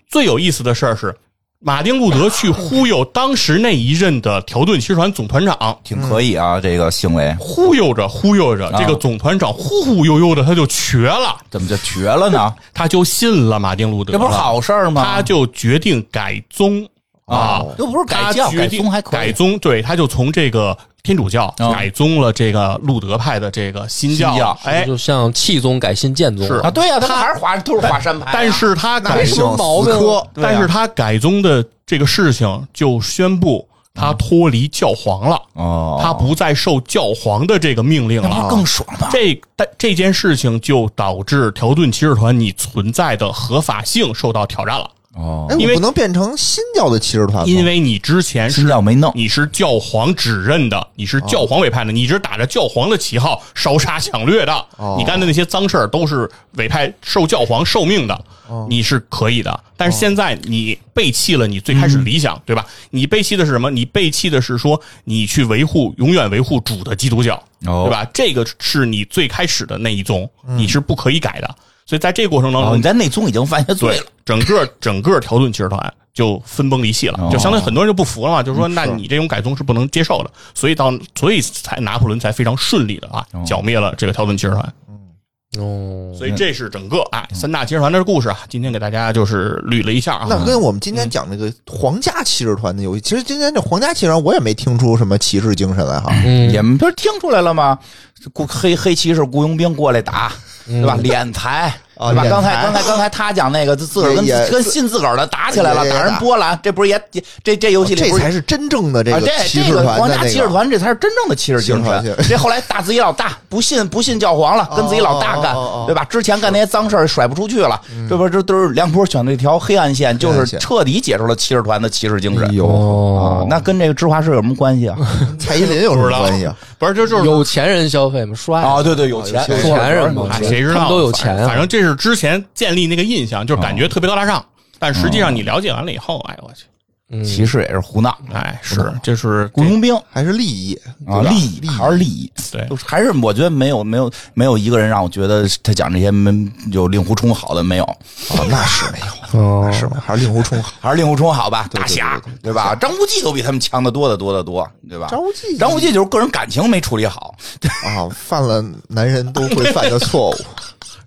最有意思的事儿是，马丁路德去忽悠当时那一任的条顿骑士团总团长，挺可以啊，这个行为忽悠着忽悠着，啊这个总团长忽忽悠悠的他就瘸了，怎么就瘸了 呢？他就信了马丁路德，这不是好事儿吗？哦他就决定改宗啊，又不是改教他决改定宗还可改以，宗，对，他就从这个天主教哦改宗了这个路德派的这个新新教教，哎，就像气宗改信建宗哦是啊，对呀，他们还是华都是华山派啊，但是他那改是有毛死病磕了对啊但是他改宗的这个事情就宣布他脱离教皇了，哦，他不再受教皇的这个命令那不了。是更爽吗？这但这件事情就导致条顿骑士团你存在的合法性受到挑战了，哦哎，因我为不能变成新教的骑士啊团吗？因为你之前新是教没弄，你是教皇指认的，你是教皇委派的，你是打着教皇的旗号烧杀抢掠的，哦你干的那些脏事儿都是委派受教皇受命的，哦你是可以的。但是现在你背弃了你最开始理想，哦对吧？你背弃的是什么？你背弃的是说你去维护永远维护主的基督教，哦嗯对吧？这个是你最开始的那一宗，你是不可以改的。所以在这个过程当中，哦，你在内宗已经犯下罪对了，，整个 整个条顿骑士团就分崩离析了，哦就相当于很多人就不服嗯了嘛，就说那你这种改宗是不能接受的，所以到所以才拿破仑才非常顺利的啊哦剿灭了这个条顿骑士团。哦，所以这是整个哎嗯三大骑士团的故事啊，今天给大家就是捋了一下啊。那跟我们今天讲这个皇家骑士团的游戏，其实今天这皇家骑士团我也没听出什么骑士精神来哈。嗯也不是听出来了吗？雇黑黑骑士雇佣兵过来打，对吧？敛财，啊对吧？嗯敛财刚才刚才刚才他讲那个自自个儿跟也也跟信自个儿的打起来了，也也打人打哦波兰，这不是也也这这游戏里这不是才是真正的这啊，个骑这士这个团皇的家骑士那个。团，这才是真正的骑士精骑士神团。这后来大自己老大不信不信教皇了，跟自己老大干哦哦哦哦，嗯对吧？之前干那些脏事儿甩不出去了，这不这都是梁波选的一条黑暗线，就黑暗是线哎彻底解除了骑士团的骑士精神。啊哦，，那跟这个芝华士有什么关 系啊？蔡依林有什不么知道关系 啊？不是，就就是有钱人消费嘛，帅啊，对对，有哦钱有钱人嘛哎，谁知他道们都有钱啊哦反正这是之前建立那个印象，就是感觉特别高大上，但实际上你了解完了以后，哎我去，骑士也是胡闹，哎是就是雇佣兵还是利益啊，利益还是利益，对就是还是我觉得没有没有没有一个人让我觉得他讲这些没有令狐冲好的没有，啊？那是没 有，哦是吗？还是令狐冲好？还是令狐冲好吧，大对对侠对吧？张无忌都比他们强的多得多得多，对吧？张无忌张无忌就是个人感情没处理好，啊，犯了男人都会犯的错误，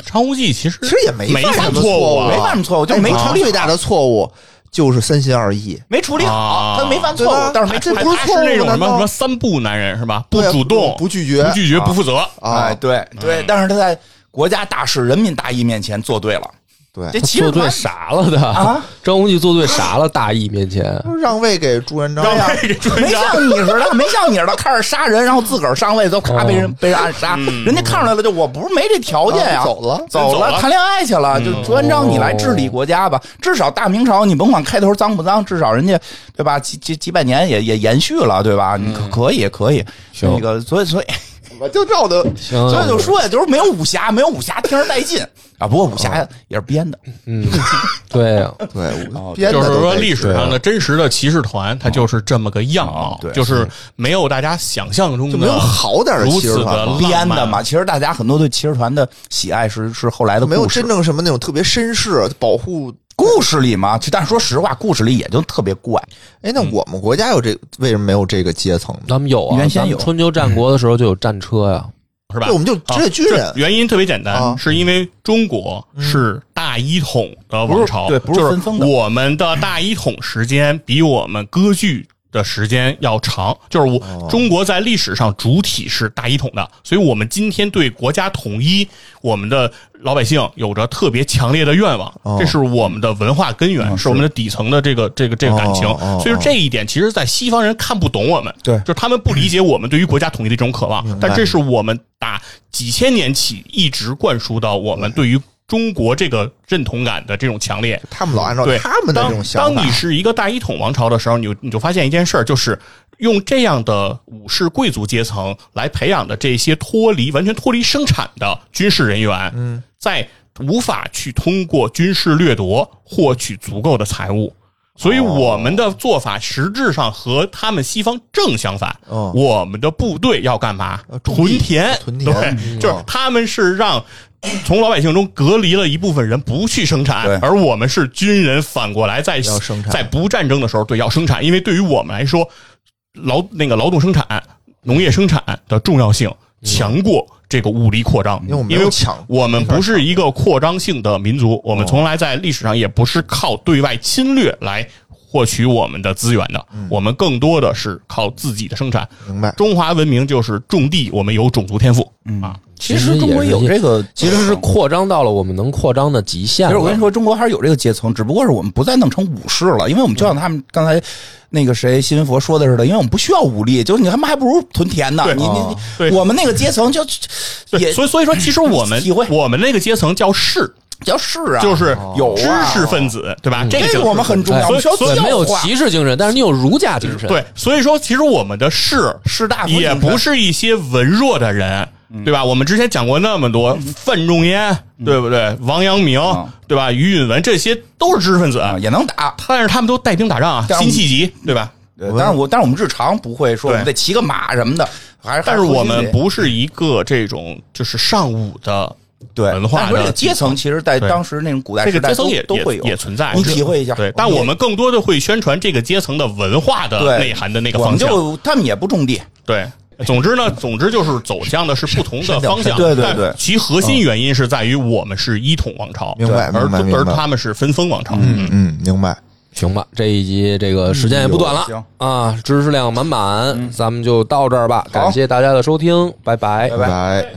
张无忌其实其实也没没犯犯什么误误啊，没啊，犯什么错误就哎没他处理最大的错误就是三心二意。没处理好啊，他没犯对错吧误，但是没处 这理不好。是他错误那种什难么道什么三不男人是吧？不对啊主动，不不拒绝不拒绝，不负责。啊哎，对对，但是他在国家大事、人民大义面前做对了，哎对这骑做士对团啥了的啊？张无忌做对啥了？大义面 前，让位给朱元璋让哎呀，位给朱元没璋，像你似的，没像你似的开始杀人，然后自个儿上位，都哦咔被人被人暗杀。人家看出来了，就我不是没这条件呀，啊走了嗯哦走嗯走了谈恋爱去了。就朱元璋，你来治理国家吧，至少大明朝，你甭管开头脏不脏，至少人家对吧？几几几百年也也延续了，对吧？你可嗯可以可以，行那个所以所以我就照的行，所以就说呀，就是没有武侠，没有武侠听着带劲啊。不过武侠哦也是编的，嗯，对呀，对，我编就的是都说，得历史上的真实的骑士团，它就是这么个样貌啊哦，对就是没有大家想象中就没有的好点儿的如骑士此团的吗编的浪嘛。漫。啊其实大家很多对骑士团的喜爱是是后来的故没事，有真正什么那种特别绅士保护。故事里嘛，但说实话，故事里也就特别怪。哎，嗯那我们国家有这为什么没有这个阶层呢？咱们有啊，原先有嗯咱们春秋战国的时候就有战车呀，是吧对，我？们就啊职业军人这，原因特别简单，啊嗯是因为中国是大一统的王朝，不是对不是分封的就是我们的大一统时间比我们割据的时间要长，就是我、中国在历史上主体是大一统的，所以我们今天对国家统一，我们的老百姓有着特别强烈的愿望，这是我们的文化根源，是我们的底层的这个这个这个感情，哦哦哦所以这一点其实，在西方人看不懂我们，对就是他们不理解我们对于国家统一的这种渴望，但这是我们打几千年起一直灌输到我们对于中国这个认同感的这种强烈。他们老按照对，他们的这种想当。法当你。是一个大一统王朝的时候，你就你就发现一件事儿，就是用这样的武士贵族阶层来培养的这些脱离完全脱离生产的军事人员，嗯，在无法去通过军事掠夺获取足够的财物。所以我们的做法实质上和他们西方正相反。哦我们的部队要干嘛？种地屯田，屯田对，嗯就是他们是让从老百姓中隔离了一部分人不去生产对，而我们是军人反过来在要生产在不战争的时候，对要生产，因为对于我们来说，劳那个劳动生产、农业生产的重要性强过这个武力扩张，嗯因为我们没有抢哦我们不是一个扩张性的民族，我们从来在历史上也不是靠对外侵略来获取我们的资源的，嗯我们更多的是靠自己的生产。明白中华文明就是种地，我们有种族天赋嗯啊。其实中国也是有这个，其实是嗯扩张到了我们能扩张的极限了。其实我跟你说，中国还是有这个阶层，只不过是我们不再弄成武士了，因为我们就像他们刚才那个谁新佛说的似的，因为我们不需要武力，就是你他妈还不如屯田呢。对你哦你对你，我们那个阶层就对，也所以所以说，其实我们体会我们那个阶层叫士，叫是啊，就是有知啊识分子，对吧？这这就个我们很重哎要，我们需要所以对，没有教化骑士精神，但是你有儒家精神。对，所以说其实我们的士士大夫也不是一些文弱的人，嗯对吧？我们之前讲过那么多，范仲淹，对不对？王阳明嗯，对吧？于允文，这些都是知识分子，啊，也能打。但是他们都带兵打仗啊，但是辛弃疾，对吧？对但是我但是我们日常不会说我们得骑个马什么的，还是但是还我核心得们不是一个这种就是上武的对文化但是这的个阶层，其实在对当时那种古代这时个代阶层都也都也会有也存在，你体会一下。对，但我们更多的会宣传这个阶层的文化的对内涵的那个我们方向，就他们也不种地，对。总之呢，总之就是走向的是不同的方向，对对但对嗯其核心原因是在于我们是一统王朝，明白而明白明而白他们是分封王朝。嗯嗯，明白。行吧，这一集这个时间也不短嗯了、行啊，知识量满满，咱们就到这儿吧。感谢大家的收听，拜拜拜拜拜。